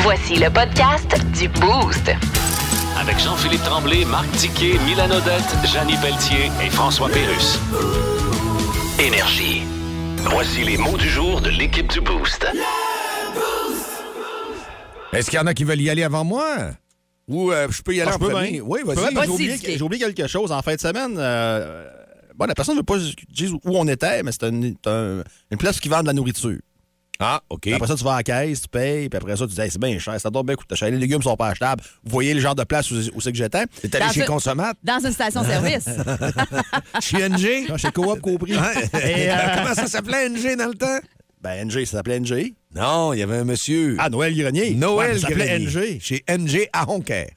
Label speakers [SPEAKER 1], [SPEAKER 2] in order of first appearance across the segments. [SPEAKER 1] Voici le podcast du Boost.
[SPEAKER 2] Avec Jean-Philippe Tremblay, Marc Tiquet, Milan Odette, Janine Pelletier et François Pérus. Énergie. Voici les mots du jour de l'équipe du Boost.
[SPEAKER 3] Est-ce qu'il y en a qui veulent y aller avant moi? Ou euh, je peux y aller
[SPEAKER 4] Ah,
[SPEAKER 3] en
[SPEAKER 4] je peux
[SPEAKER 3] premier?
[SPEAKER 4] bien.
[SPEAKER 3] Oui,
[SPEAKER 4] Je peux
[SPEAKER 3] vas-y.
[SPEAKER 4] bien,
[SPEAKER 5] Vas-y,
[SPEAKER 4] J'ai oublié,
[SPEAKER 5] Didier.
[SPEAKER 4] j'ai oublié quelque chose. En fin de semaine, euh, bon, la personne ne veut pas dire où on était, mais c'est une, c'est un- une place qui vend de la nourriture.
[SPEAKER 3] Ah, OK.
[SPEAKER 4] Après ça, tu vas à la caisse, tu payes, puis après ça, tu dis Hey, c'est bien cher, ça doit bien coûter cher. Les légumes sont pas achetables. Vous voyez le genre de place où, où c'est que j'étais.
[SPEAKER 3] T'es allé
[SPEAKER 5] Dans
[SPEAKER 3] chez
[SPEAKER 5] ce-
[SPEAKER 3] Consomat?
[SPEAKER 5] Dans une Eh station-service.
[SPEAKER 3] Chez NG?
[SPEAKER 4] Chez Coop compris.
[SPEAKER 3] Et, euh, Comment ça s'appelait NG dans le temps?
[SPEAKER 4] Ben, NG, ça s'appelait NG.
[SPEAKER 3] Non, il y avait un monsieur.
[SPEAKER 4] Ah, Noël Grenier.
[SPEAKER 3] Noël
[SPEAKER 4] Ouais, mais Ça s'appelait
[SPEAKER 3] Grenier,
[SPEAKER 4] NG.
[SPEAKER 3] Chez NG à Honker.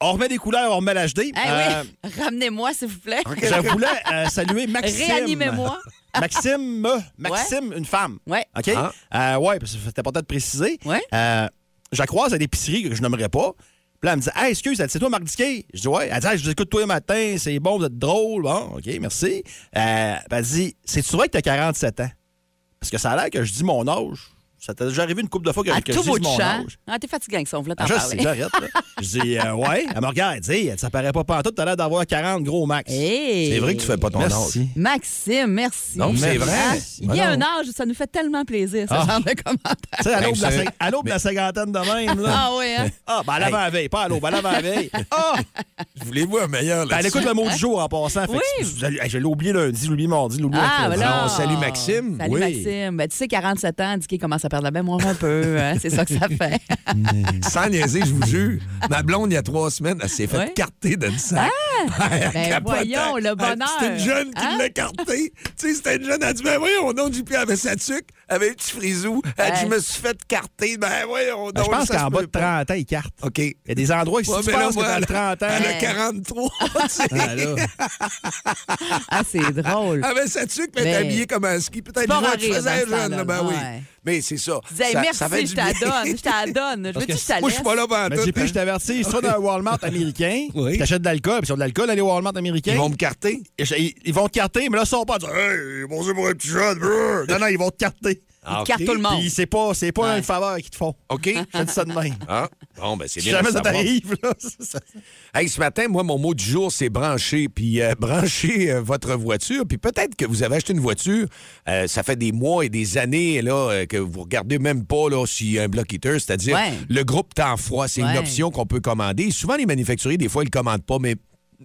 [SPEAKER 4] On remet des couleurs, on remet l'HD.
[SPEAKER 5] Eh
[SPEAKER 4] Euh,
[SPEAKER 5] oui, ramenez-moi, s'il vous plaît.
[SPEAKER 4] Je voulais euh, saluer Maxime.
[SPEAKER 5] Réanimez-moi.
[SPEAKER 4] Maxime, euh, Maxime, une femme.
[SPEAKER 5] Ouais.
[SPEAKER 4] OK? Euh, ouais, parce que c'était important de préciser.
[SPEAKER 5] Ouais.
[SPEAKER 4] Euh, je la croise à l'épicerie que je nommerai pas. Puis là, elle me dit Hey, excuse, elle dit, c'est toi, Marc Diquet? Je dis Ouais. Elle dit Hey, Je vous écoute tous les matins, c'est bon, vous êtes drôle. Bon, OK, merci. Euh, puis elle dit C'est-tu vrai que t'as 47 ans? Parce que ça a l'air que je dis mon âge. Ça t'est déjà arrivé une couple de fois que,
[SPEAKER 5] À
[SPEAKER 4] que
[SPEAKER 5] tout
[SPEAKER 4] je
[SPEAKER 5] bout
[SPEAKER 4] dis
[SPEAKER 5] de
[SPEAKER 4] mon
[SPEAKER 5] champ.
[SPEAKER 4] âge.
[SPEAKER 5] Ah, t'es fatigué avec ça, on voulait
[SPEAKER 4] Ah,
[SPEAKER 5] t'en
[SPEAKER 4] je
[SPEAKER 5] parler.
[SPEAKER 4] sais, j'arrête. là. Je dis euh, Ouais. Elle me regarde, elle dit Elle dit, Ça paraît pas pantoute, t'as l'air d'avoir 40 gros max.
[SPEAKER 5] Hey.
[SPEAKER 3] C'est vrai que tu fais pas ton
[SPEAKER 4] Merci.
[SPEAKER 3] âge.
[SPEAKER 5] Maxime, merci.
[SPEAKER 3] Non, c'est
[SPEAKER 5] Merci.
[SPEAKER 3] vrai. Ah.
[SPEAKER 5] Ah, Il y a
[SPEAKER 4] Ah
[SPEAKER 5] un
[SPEAKER 4] non.
[SPEAKER 5] âge où ça nous fait tellement plaisir, ce genre de commentaires.
[SPEAKER 4] Tu sais, à
[SPEAKER 3] Ben,
[SPEAKER 4] l'aube de la
[SPEAKER 3] c'est-
[SPEAKER 4] cin- à l'aube de la cinquantaine de même, là.
[SPEAKER 5] Ah oui, hein?
[SPEAKER 4] Ah, ben à l'avant-veille, pas à l'aube, à l'avant-veille. Ah!
[SPEAKER 3] Voulez-vous un meilleur
[SPEAKER 4] Ben, elle écoute le mot du jour en passant. Fait que
[SPEAKER 5] Oui.
[SPEAKER 4] je- je- je l'ai oublié lundi, je l'ai oublié mardi, je l'ai oublié
[SPEAKER 5] Ah,
[SPEAKER 4] mercredi.
[SPEAKER 5] voilà.
[SPEAKER 3] on salue Maxime.
[SPEAKER 5] Salut
[SPEAKER 3] Oui.
[SPEAKER 5] Maxime. Ben, tu sais, 47 ans, Dicky commence à perdre la mémoire un peu. hein, C'est ça que ça fait.
[SPEAKER 3] Sans niaiser, je vous jure. Ma blonde, il y a trois semaines, elle s'est fait
[SPEAKER 5] Ouais.
[SPEAKER 3] carter d'une sac. Elle
[SPEAKER 5] ben
[SPEAKER 3] capotait.
[SPEAKER 5] voyons, le
[SPEAKER 3] Elle-
[SPEAKER 5] bonheur.
[SPEAKER 3] Ah, C'était une jeune qui
[SPEAKER 5] Hein?
[SPEAKER 3] l'a carté. tu sais, c'était une jeune. Elle a dit Ben voyons, non, du pied avec sa tuque, avec un petit frisou. Elle dit
[SPEAKER 5] Ouais.
[SPEAKER 3] Je me suis fait carter. Ben voyons,
[SPEAKER 4] Ben,
[SPEAKER 3] donc.
[SPEAKER 4] je pense
[SPEAKER 3] ça se
[SPEAKER 4] qu'en bas
[SPEAKER 3] peut
[SPEAKER 4] de
[SPEAKER 3] pas.
[SPEAKER 4] 30 ans, ils cartent.
[SPEAKER 3] OK.
[SPEAKER 4] Il y a des endroits qui si
[SPEAKER 3] Ouais,
[SPEAKER 4] tu
[SPEAKER 3] mais là,
[SPEAKER 4] penses que
[SPEAKER 3] moi,
[SPEAKER 4] t'as
[SPEAKER 3] elle-
[SPEAKER 4] 30 ans.
[SPEAKER 3] Elle a
[SPEAKER 5] Ouais.
[SPEAKER 3] 43. tu sais.
[SPEAKER 4] Ah, là.
[SPEAKER 5] Ah, c'est drôle.
[SPEAKER 3] Avec sa tuque, mais elle
[SPEAKER 5] Mais-
[SPEAKER 3] était habillée comme un ski. Peut-être
[SPEAKER 5] pas
[SPEAKER 3] que je
[SPEAKER 5] rire
[SPEAKER 3] te
[SPEAKER 5] dans
[SPEAKER 3] faisais
[SPEAKER 5] ce
[SPEAKER 3] jeune, là,
[SPEAKER 5] temps-là,
[SPEAKER 3] ben oui.
[SPEAKER 5] ouais.
[SPEAKER 3] Mais c'est ça.
[SPEAKER 5] Tu disais,
[SPEAKER 3] Ça-
[SPEAKER 5] merci,
[SPEAKER 3] ça fait
[SPEAKER 5] je
[SPEAKER 3] du
[SPEAKER 5] t'adonne.
[SPEAKER 3] bien.
[SPEAKER 5] Je t'adonne. Je veux-tu
[SPEAKER 4] que
[SPEAKER 5] que je te
[SPEAKER 3] Moi, je suis pas là pour
[SPEAKER 4] Mais
[SPEAKER 3] tout.
[SPEAKER 4] JP,
[SPEAKER 3] hein.
[SPEAKER 4] Ben, je t'avertis, si tu vas dans un Walmart américain,
[SPEAKER 3] Oui.
[SPEAKER 4] tu t'achètes de l'alcool, puis ils ont de l'alcool, allez au Walmart américain.
[SPEAKER 3] Ils vont me carter.
[SPEAKER 4] ils- ils vont te carter, mais là, ils sont pas à dire Hey, bonjour pour un petit jeune. brr. Non, non, ils vont te carter.
[SPEAKER 3] Ah, ok.
[SPEAKER 5] Carte tout le monde.
[SPEAKER 4] Puis c'est pas, c'est pas
[SPEAKER 5] Ouais.
[SPEAKER 4] une faveur qu'ils te font.
[SPEAKER 3] OK.
[SPEAKER 4] Je te dis ça de même.
[SPEAKER 3] Ah, bon, ben c'est
[SPEAKER 4] Si
[SPEAKER 3] bien. de
[SPEAKER 4] jamais ça
[SPEAKER 3] savoir.
[SPEAKER 4] t'arrive, là. ça- ça-
[SPEAKER 3] Hey, ce matin, moi, mon mot du jour, c'est brancher. Puis euh, brancher euh, votre voiture. Puis peut-être que vous avez acheté une voiture. euh, ça fait des mois et des années là, euh, que vous regardez même pas là, s'il y a un block heater, c'est-à-dire
[SPEAKER 5] Ouais.
[SPEAKER 3] le groupe temps froid. C'est une
[SPEAKER 5] Ouais.
[SPEAKER 3] option qu'on peut commander. Souvent, les manufacturiers, des fois, ils ne commandent pas, mais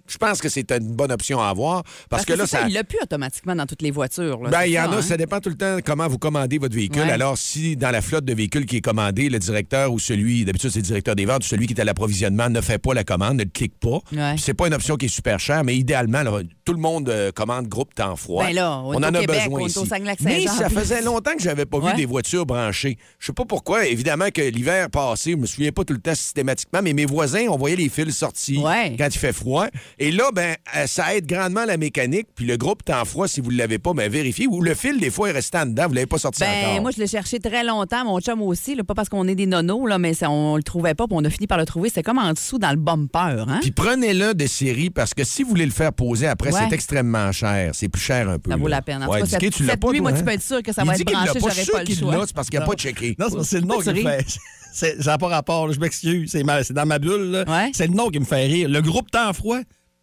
[SPEAKER 3] je pense que c'est une bonne option à avoir. Parce, que là,
[SPEAKER 5] c'est
[SPEAKER 3] ça.
[SPEAKER 5] il l'a plus automatiquement dans toutes les voitures. là,
[SPEAKER 3] Ben,
[SPEAKER 5] c'est
[SPEAKER 3] il y en a,
[SPEAKER 5] hein?
[SPEAKER 3] ça dépend tout le temps comment vous commandez votre véhicule.
[SPEAKER 5] Ouais.
[SPEAKER 3] Alors, si dans la flotte de véhicules qui est commandée, le directeur ou celui, d'habitude c'est le directeur des ventes, ou celui qui est à l'approvisionnement ne fait pas la commande, ne le clique pas,
[SPEAKER 5] Ouais.
[SPEAKER 3] puis c'est pas une option qui est super chère, mais idéalement, là, tout le monde euh, commande groupe temps froid.
[SPEAKER 5] Ben là, on est
[SPEAKER 3] en
[SPEAKER 5] au
[SPEAKER 3] a
[SPEAKER 5] Québec,
[SPEAKER 3] besoin
[SPEAKER 5] on est au
[SPEAKER 3] ici. Mais
[SPEAKER 5] Saguenay-Lac-Saint-Jean,
[SPEAKER 3] ça
[SPEAKER 5] puis-
[SPEAKER 3] faisait longtemps que j'avais pas
[SPEAKER 5] Ouais.
[SPEAKER 3] vu des voitures branchées. Je sais pas pourquoi. Évidemment que l'hiver passé, je me souviens pas tout le temps systématiquement, mais mes voisins, on voyait les fils sortis
[SPEAKER 5] Ouais.
[SPEAKER 3] quand il fait froid. Et là, ben, euh, ça aide grandement la mécanique. Puis le groupe temps froid, si vous ne l'avez pas, ben, vérifiez. Ou le fil, des fois, est resté en dedans. Vous l'avez pas sorti
[SPEAKER 5] Ben,
[SPEAKER 3] encore.
[SPEAKER 5] moi, je l'ai cherché très longtemps, mon chum aussi, là, pas parce qu'on est des nonos, là, mais ça, on le trouvait pas, puis on a fini par le trouver. C'est comme en dessous dans le bumper, hein?
[SPEAKER 3] Puis prenez-le de série parce que si vous voulez le faire poser après,
[SPEAKER 5] Ouais.
[SPEAKER 3] c'est extrêmement cher. C'est plus cher un peu.
[SPEAKER 5] Ça vaut
[SPEAKER 3] là.
[SPEAKER 5] la peine. En tout
[SPEAKER 3] Ouais,
[SPEAKER 5] cas,
[SPEAKER 3] Dicky,
[SPEAKER 5] cette-
[SPEAKER 3] tu l'as
[SPEAKER 5] cette
[SPEAKER 3] pas,
[SPEAKER 5] nuit,
[SPEAKER 3] toi,
[SPEAKER 5] moi, tu
[SPEAKER 3] hein?
[SPEAKER 5] peux être sûr que ça
[SPEAKER 3] Il
[SPEAKER 5] va
[SPEAKER 3] dit
[SPEAKER 5] être
[SPEAKER 3] qu'il l'a pas.
[SPEAKER 5] branché, j'aurais
[SPEAKER 3] Je suis sûr
[SPEAKER 5] pas le
[SPEAKER 3] qu'il
[SPEAKER 5] choix.
[SPEAKER 3] l'a, c'est parce qu'il n'a pas checké.
[SPEAKER 4] Non, c'est parce que c'est le nom
[SPEAKER 5] Pourquoi
[SPEAKER 4] qui
[SPEAKER 5] tu
[SPEAKER 4] me
[SPEAKER 5] ris?
[SPEAKER 4] fait. C'est ça n'a pas rapport, là, je m'excuse. C'est ma- c'est dans ma bulle. là.
[SPEAKER 5] Ouais.
[SPEAKER 4] C'est le nom qui me fait rire. Le groupe Temps Froid.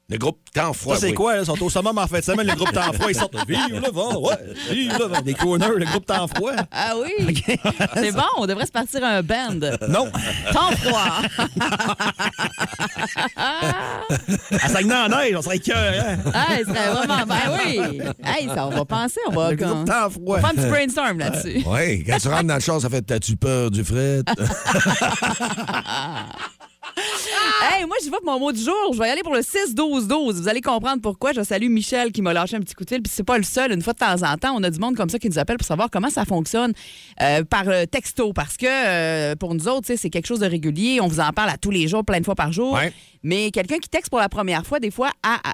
[SPEAKER 3] Le groupe temps froid.
[SPEAKER 4] ça, c'est
[SPEAKER 3] oui.
[SPEAKER 4] quoi? là? Ils sont au summum en fin de semaine. Le groupe Temps Froid, ils sortent. Vive le vent! Ouais, vive le vent! Des corners, le groupe Temps Froid.
[SPEAKER 5] Ah oui! C'est bon, on devrait se partir un band.
[SPEAKER 4] Non,
[SPEAKER 5] Temps froid!
[SPEAKER 4] à Saguenay-en-Neige, on serait cœur.
[SPEAKER 5] Ah, il serait vraiment. Ben oui! Hey, ça, on va penser, on va.
[SPEAKER 4] Le groupe
[SPEAKER 5] on-
[SPEAKER 4] Temps
[SPEAKER 5] on
[SPEAKER 4] Froid.
[SPEAKER 5] va faire un petit brainstorm là-dessus.
[SPEAKER 3] Oui, quand tu rentres dans le char, ça fait T'as-tu peur du fret?
[SPEAKER 5] Ah, Hey, moi, j'y vais pour mon mot du jour. Je vais y aller pour le 6-12-12. Vous allez comprendre pourquoi. Je salue Michel qui m'a lâché un petit coup de fil. Puis c'est pas le seul. Une fois de temps en temps, on a du monde comme ça qui nous appelle pour savoir comment ça fonctionne euh, par euh, texto. Parce que euh, pour nous autres, tu sais, c'est quelque chose de régulier. On vous en parle à tous les jours, plein de fois par jour.
[SPEAKER 3] Ouais.
[SPEAKER 5] Mais quelqu'un qui texte pour la première fois, des fois, à. à-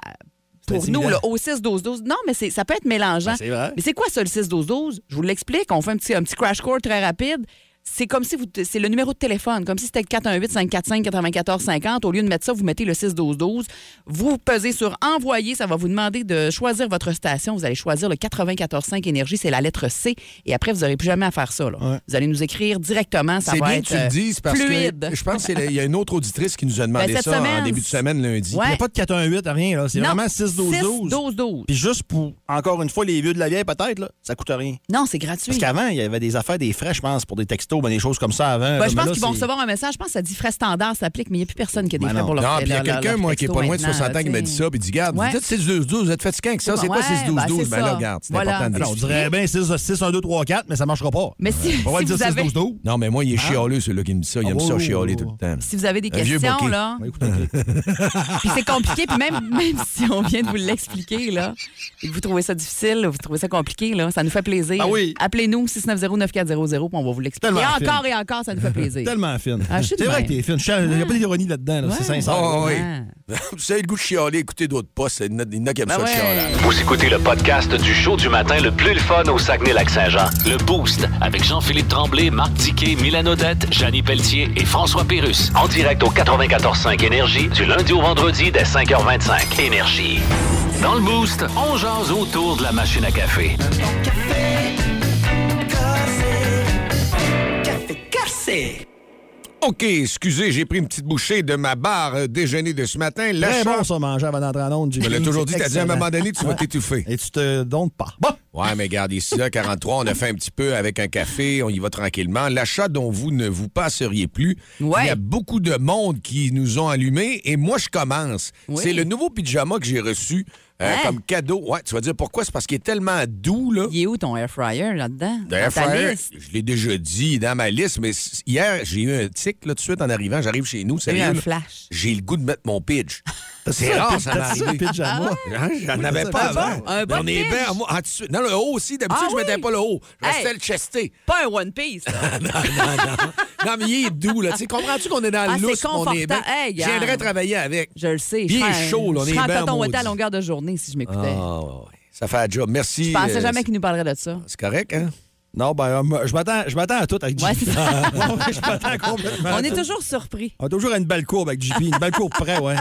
[SPEAKER 5] pour nous,
[SPEAKER 4] intimidant.
[SPEAKER 5] là, au 6-12-12, non, mais c'est- ça peut être mélangeant.
[SPEAKER 4] Ben, c'est vrai.
[SPEAKER 5] Mais c'est quoi ça, le 6-12-12? Je vous l'explique. On fait un petit, un petit crash course très rapide. c'est comme si vous c'est le numéro de téléphone, comme si c'était le 418 545 94 50 au lieu de mettre ça, vous mettez le 6 12 12. Vous pesez sur envoyer, ça va vous demander de choisir votre station, vous allez choisir le 94 5 énergie, c'est la lettre C et après vous aurez plus jamais à faire ça là. Vous allez nous écrire directement, ça
[SPEAKER 3] C'est
[SPEAKER 5] va
[SPEAKER 3] bien que
[SPEAKER 5] être
[SPEAKER 3] tu le
[SPEAKER 5] euh,
[SPEAKER 3] dises parce
[SPEAKER 5] fluide.
[SPEAKER 3] que je pense qu'il y a une autre auditrice qui nous a demandé
[SPEAKER 5] Ben, cette
[SPEAKER 3] ça en
[SPEAKER 5] semaine,
[SPEAKER 3] début de semaine lundi.
[SPEAKER 5] Ouais.
[SPEAKER 4] Il n'y a pas de 4-1-8, rien. là. C'est
[SPEAKER 5] Non,
[SPEAKER 4] vraiment 6-12-12.
[SPEAKER 5] 6-12-12.
[SPEAKER 4] Puis juste pour, encore une fois, les vieux de la vieille, peut-être, là, ça coûte rien.
[SPEAKER 5] Non, c'est
[SPEAKER 4] Parce
[SPEAKER 5] gratuit.
[SPEAKER 4] qu'avant, il y avait des affaires, des frais, je pense, pour des textos, ben, des choses comme ça avant.
[SPEAKER 5] Ben,
[SPEAKER 4] là,
[SPEAKER 5] je
[SPEAKER 4] mais
[SPEAKER 5] pense
[SPEAKER 4] là,
[SPEAKER 5] qu'ils vont
[SPEAKER 4] c'est-
[SPEAKER 5] recevoir un message. Je pense que ça dit frais standard s'applique, mais il n'y a plus personne qui a des
[SPEAKER 4] Ben
[SPEAKER 5] frais
[SPEAKER 4] non.
[SPEAKER 5] pour leur
[SPEAKER 3] Non, Ah, puis il y a
[SPEAKER 5] leur- leur-
[SPEAKER 3] quelqu'un,
[SPEAKER 5] leur
[SPEAKER 3] moi, qui est
[SPEAKER 5] texto
[SPEAKER 3] pas loin de
[SPEAKER 5] maintenant,
[SPEAKER 3] 60 ans, qui m'a
[SPEAKER 5] tu
[SPEAKER 3] dit
[SPEAKER 5] sais.
[SPEAKER 3] ça, puis il dit Garde,
[SPEAKER 5] Ouais.
[SPEAKER 3] vous dites 6-12-12, vous êtes fatigué avec ça, c'est
[SPEAKER 5] Ouais,
[SPEAKER 3] quoi 6-12-12
[SPEAKER 5] ben,
[SPEAKER 3] Ben là,
[SPEAKER 5] c'est
[SPEAKER 3] regarde, c'est
[SPEAKER 5] ça.
[SPEAKER 3] important de
[SPEAKER 5] Voilà.
[SPEAKER 4] Alors, on
[SPEAKER 3] dire.
[SPEAKER 4] dirait bien 6, 6, 1, 2, 3, 4, mais ça ne marchera pas.
[SPEAKER 5] Mais si,
[SPEAKER 4] On va
[SPEAKER 5] si
[SPEAKER 4] dire
[SPEAKER 5] vous
[SPEAKER 4] 6,
[SPEAKER 5] avez,
[SPEAKER 4] 12, 12.
[SPEAKER 3] Non, mais moi, il est chialeux, celui-là qui me dit ça. Il aime
[SPEAKER 4] Ah,
[SPEAKER 3] ça,
[SPEAKER 4] oui,
[SPEAKER 3] chialer
[SPEAKER 4] oui,
[SPEAKER 3] tout le
[SPEAKER 4] oui.
[SPEAKER 3] temps.
[SPEAKER 5] Ah. Oh. si vous avez des
[SPEAKER 3] Un vieux
[SPEAKER 5] questions,
[SPEAKER 3] bokeh.
[SPEAKER 5] là,
[SPEAKER 4] Ben, écoutez,
[SPEAKER 5] puis c'est compliqué, puis même, même si on vient de vous l'expliquer, là, et que vous trouvez ça difficile, vous trouvez ça compliqué, là, ça nous fait plaisir.
[SPEAKER 4] Ah oui.
[SPEAKER 5] Appelez-nous 690-9400, puis on va vous l'expliquer. Et
[SPEAKER 4] Tellement fine.
[SPEAKER 5] encore et encore, ça nous fait plaisir.
[SPEAKER 4] tellement fine.
[SPEAKER 5] Ah, je suis
[SPEAKER 4] c'est vrai
[SPEAKER 5] bien.
[SPEAKER 4] que t'es fine. Il n'y a pas d'ironie là-dedans, là, c'est
[SPEAKER 5] Ouais.
[SPEAKER 4] sincère.
[SPEAKER 3] Oh, oui.
[SPEAKER 5] Ah.
[SPEAKER 3] Vous avez le goût de chialer, écoutez d'autres postes. Il y en a- il y en a qui aiment
[SPEAKER 5] Ben
[SPEAKER 3] ça, le
[SPEAKER 5] ouais.
[SPEAKER 3] chialage.
[SPEAKER 2] Vous écoutez le podcast du show du matin le plus le fun au Saguenay-Lac-Saint-Jean. Le Boost avec Jean-Philippe Tremblay, Marc Tiquet, Milan Odette, Janine Pelletier et François Pérus. En direct au 94.5 Énergie du lundi au vendredi dès 5h25. Énergie. Dans le Boost, on jase autour de la machine à café.
[SPEAKER 3] OK, excusez, j'ai pris une petite bouchée de ma barre euh, déjeuner de ce matin. La
[SPEAKER 4] Très bon,
[SPEAKER 3] chance-
[SPEAKER 4] ça, manger avant d'entrer en onde.
[SPEAKER 3] Je l'ai toujours dit, t'as dit à un moment donné, tu vas t'étouffer.
[SPEAKER 4] Et tu te donnes pas. Bon!
[SPEAKER 3] Ouais, mais regarde, ici, là, 43, on a fait un petit peu avec un café, on y va tranquillement. L'achat dont vous ne vous passeriez plus,
[SPEAKER 5] Ouais.
[SPEAKER 3] il y a beaucoup de monde qui nous ont allumés et moi, je commence.
[SPEAKER 5] Oui.
[SPEAKER 3] C'est le nouveau pyjama que j'ai reçu euh,
[SPEAKER 5] Hein?
[SPEAKER 3] comme cadeau. Ouais, tu vas dire pourquoi? C'est parce qu'il est tellement doux, là.
[SPEAKER 5] Il est où ton air fryer là-dedans?
[SPEAKER 3] De
[SPEAKER 5] Dans
[SPEAKER 3] Air
[SPEAKER 5] ta
[SPEAKER 3] Fryer,
[SPEAKER 5] liste?
[SPEAKER 3] je l'ai déjà dit dans ma liste, mais c- hier, j'ai eu un tic, là, tout de suite, en arrivant. J'arrive chez nous,
[SPEAKER 5] T'as eu
[SPEAKER 3] sérieux.
[SPEAKER 5] un
[SPEAKER 3] là.
[SPEAKER 5] flash.
[SPEAKER 3] J'ai le goût de mettre mon pitch. C'est rare, ça
[SPEAKER 4] T'as-tu
[SPEAKER 3] m'arrive.
[SPEAKER 4] un pyjama?
[SPEAKER 3] Hein, J'en avais
[SPEAKER 4] Ça,
[SPEAKER 3] pas
[SPEAKER 4] c'est
[SPEAKER 3] avant.
[SPEAKER 5] bon. Un
[SPEAKER 3] Mais
[SPEAKER 5] bon
[SPEAKER 3] on est
[SPEAKER 5] pitch.
[SPEAKER 3] bien, moi. ah, en dessous. Non, le haut aussi. D'habitude,
[SPEAKER 5] Ah
[SPEAKER 3] je mettais
[SPEAKER 5] oui?
[SPEAKER 3] pas le haut. Je restais
[SPEAKER 5] Hey.
[SPEAKER 3] le chesté.
[SPEAKER 5] Pas un One Piece. là.
[SPEAKER 3] Non, mais il est doux, là. Tu sais, comprends-tu qu'on est dans
[SPEAKER 5] Ah,
[SPEAKER 3] le
[SPEAKER 5] c'est
[SPEAKER 3] lousse, on est bien.
[SPEAKER 5] confortable. Hey,
[SPEAKER 3] je
[SPEAKER 5] gars.
[SPEAKER 3] viendrais travailler avec.
[SPEAKER 5] je le sais.
[SPEAKER 3] Il
[SPEAKER 5] je
[SPEAKER 3] est
[SPEAKER 5] serais un-
[SPEAKER 3] chaud, là, on est
[SPEAKER 5] Je serais en
[SPEAKER 3] bien
[SPEAKER 5] coton ouaté à
[SPEAKER 3] maudit.
[SPEAKER 5] longueur de journée si je m'écoutais.
[SPEAKER 3] Ah, ouais. Ça fait un job. Merci.
[SPEAKER 5] Je pensais
[SPEAKER 3] euh,
[SPEAKER 5] jamais qu'il nous parlerait de ça.
[SPEAKER 3] C'est correct, hein?
[SPEAKER 4] Non, ben, euh, moi, je m'attends je m'attends à tout avec JP.
[SPEAKER 5] Ouais, c'est ça.
[SPEAKER 4] je m'attends complètement. à
[SPEAKER 5] On est
[SPEAKER 4] tout.
[SPEAKER 5] toujours surpris.
[SPEAKER 4] On est toujours à une belle courbe avec JP, une belle courbe près, ouais.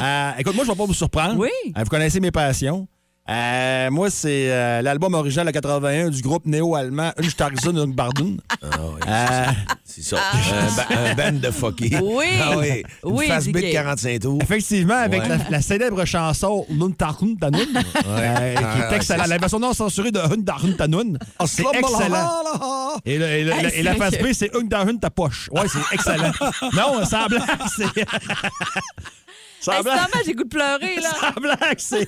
[SPEAKER 4] Euh, écoute, moi, je ne vais pas vous surprendre.
[SPEAKER 5] Oui.
[SPEAKER 4] Euh, vous connaissez mes passions. Euh, moi, c'est euh, l'album original de 81 du groupe néo-allemand Unstarzun und Barden. Euh,
[SPEAKER 3] C'est ça. Un, ba- un band de fucky.
[SPEAKER 5] Ah. Oui.
[SPEAKER 3] Ah, oui. Une
[SPEAKER 5] Oui,
[SPEAKER 3] face B de
[SPEAKER 5] Dicky.
[SPEAKER 3] 45 tours.
[SPEAKER 4] effectivement, avec
[SPEAKER 3] Ouais.
[SPEAKER 4] la, la célèbre chanson Luntarun Tanun, euh, qui
[SPEAKER 3] Ah,
[SPEAKER 4] est excellente.
[SPEAKER 3] c'est-
[SPEAKER 4] La version non censurée de Hundarun Tanun. C'est excellent. Et, le- et le-
[SPEAKER 5] Hey,
[SPEAKER 4] et la
[SPEAKER 5] c'est
[SPEAKER 4] face
[SPEAKER 5] que-
[SPEAKER 4] B, c'est une dans une ta poche. Ouais, c'est excellent. non, sans blague, c'est.
[SPEAKER 5] Hey,
[SPEAKER 4] sans
[SPEAKER 5] C'est
[SPEAKER 4] blague,
[SPEAKER 5] dommage, j'ai goût de pleurer, là.
[SPEAKER 4] sans blague, c'est.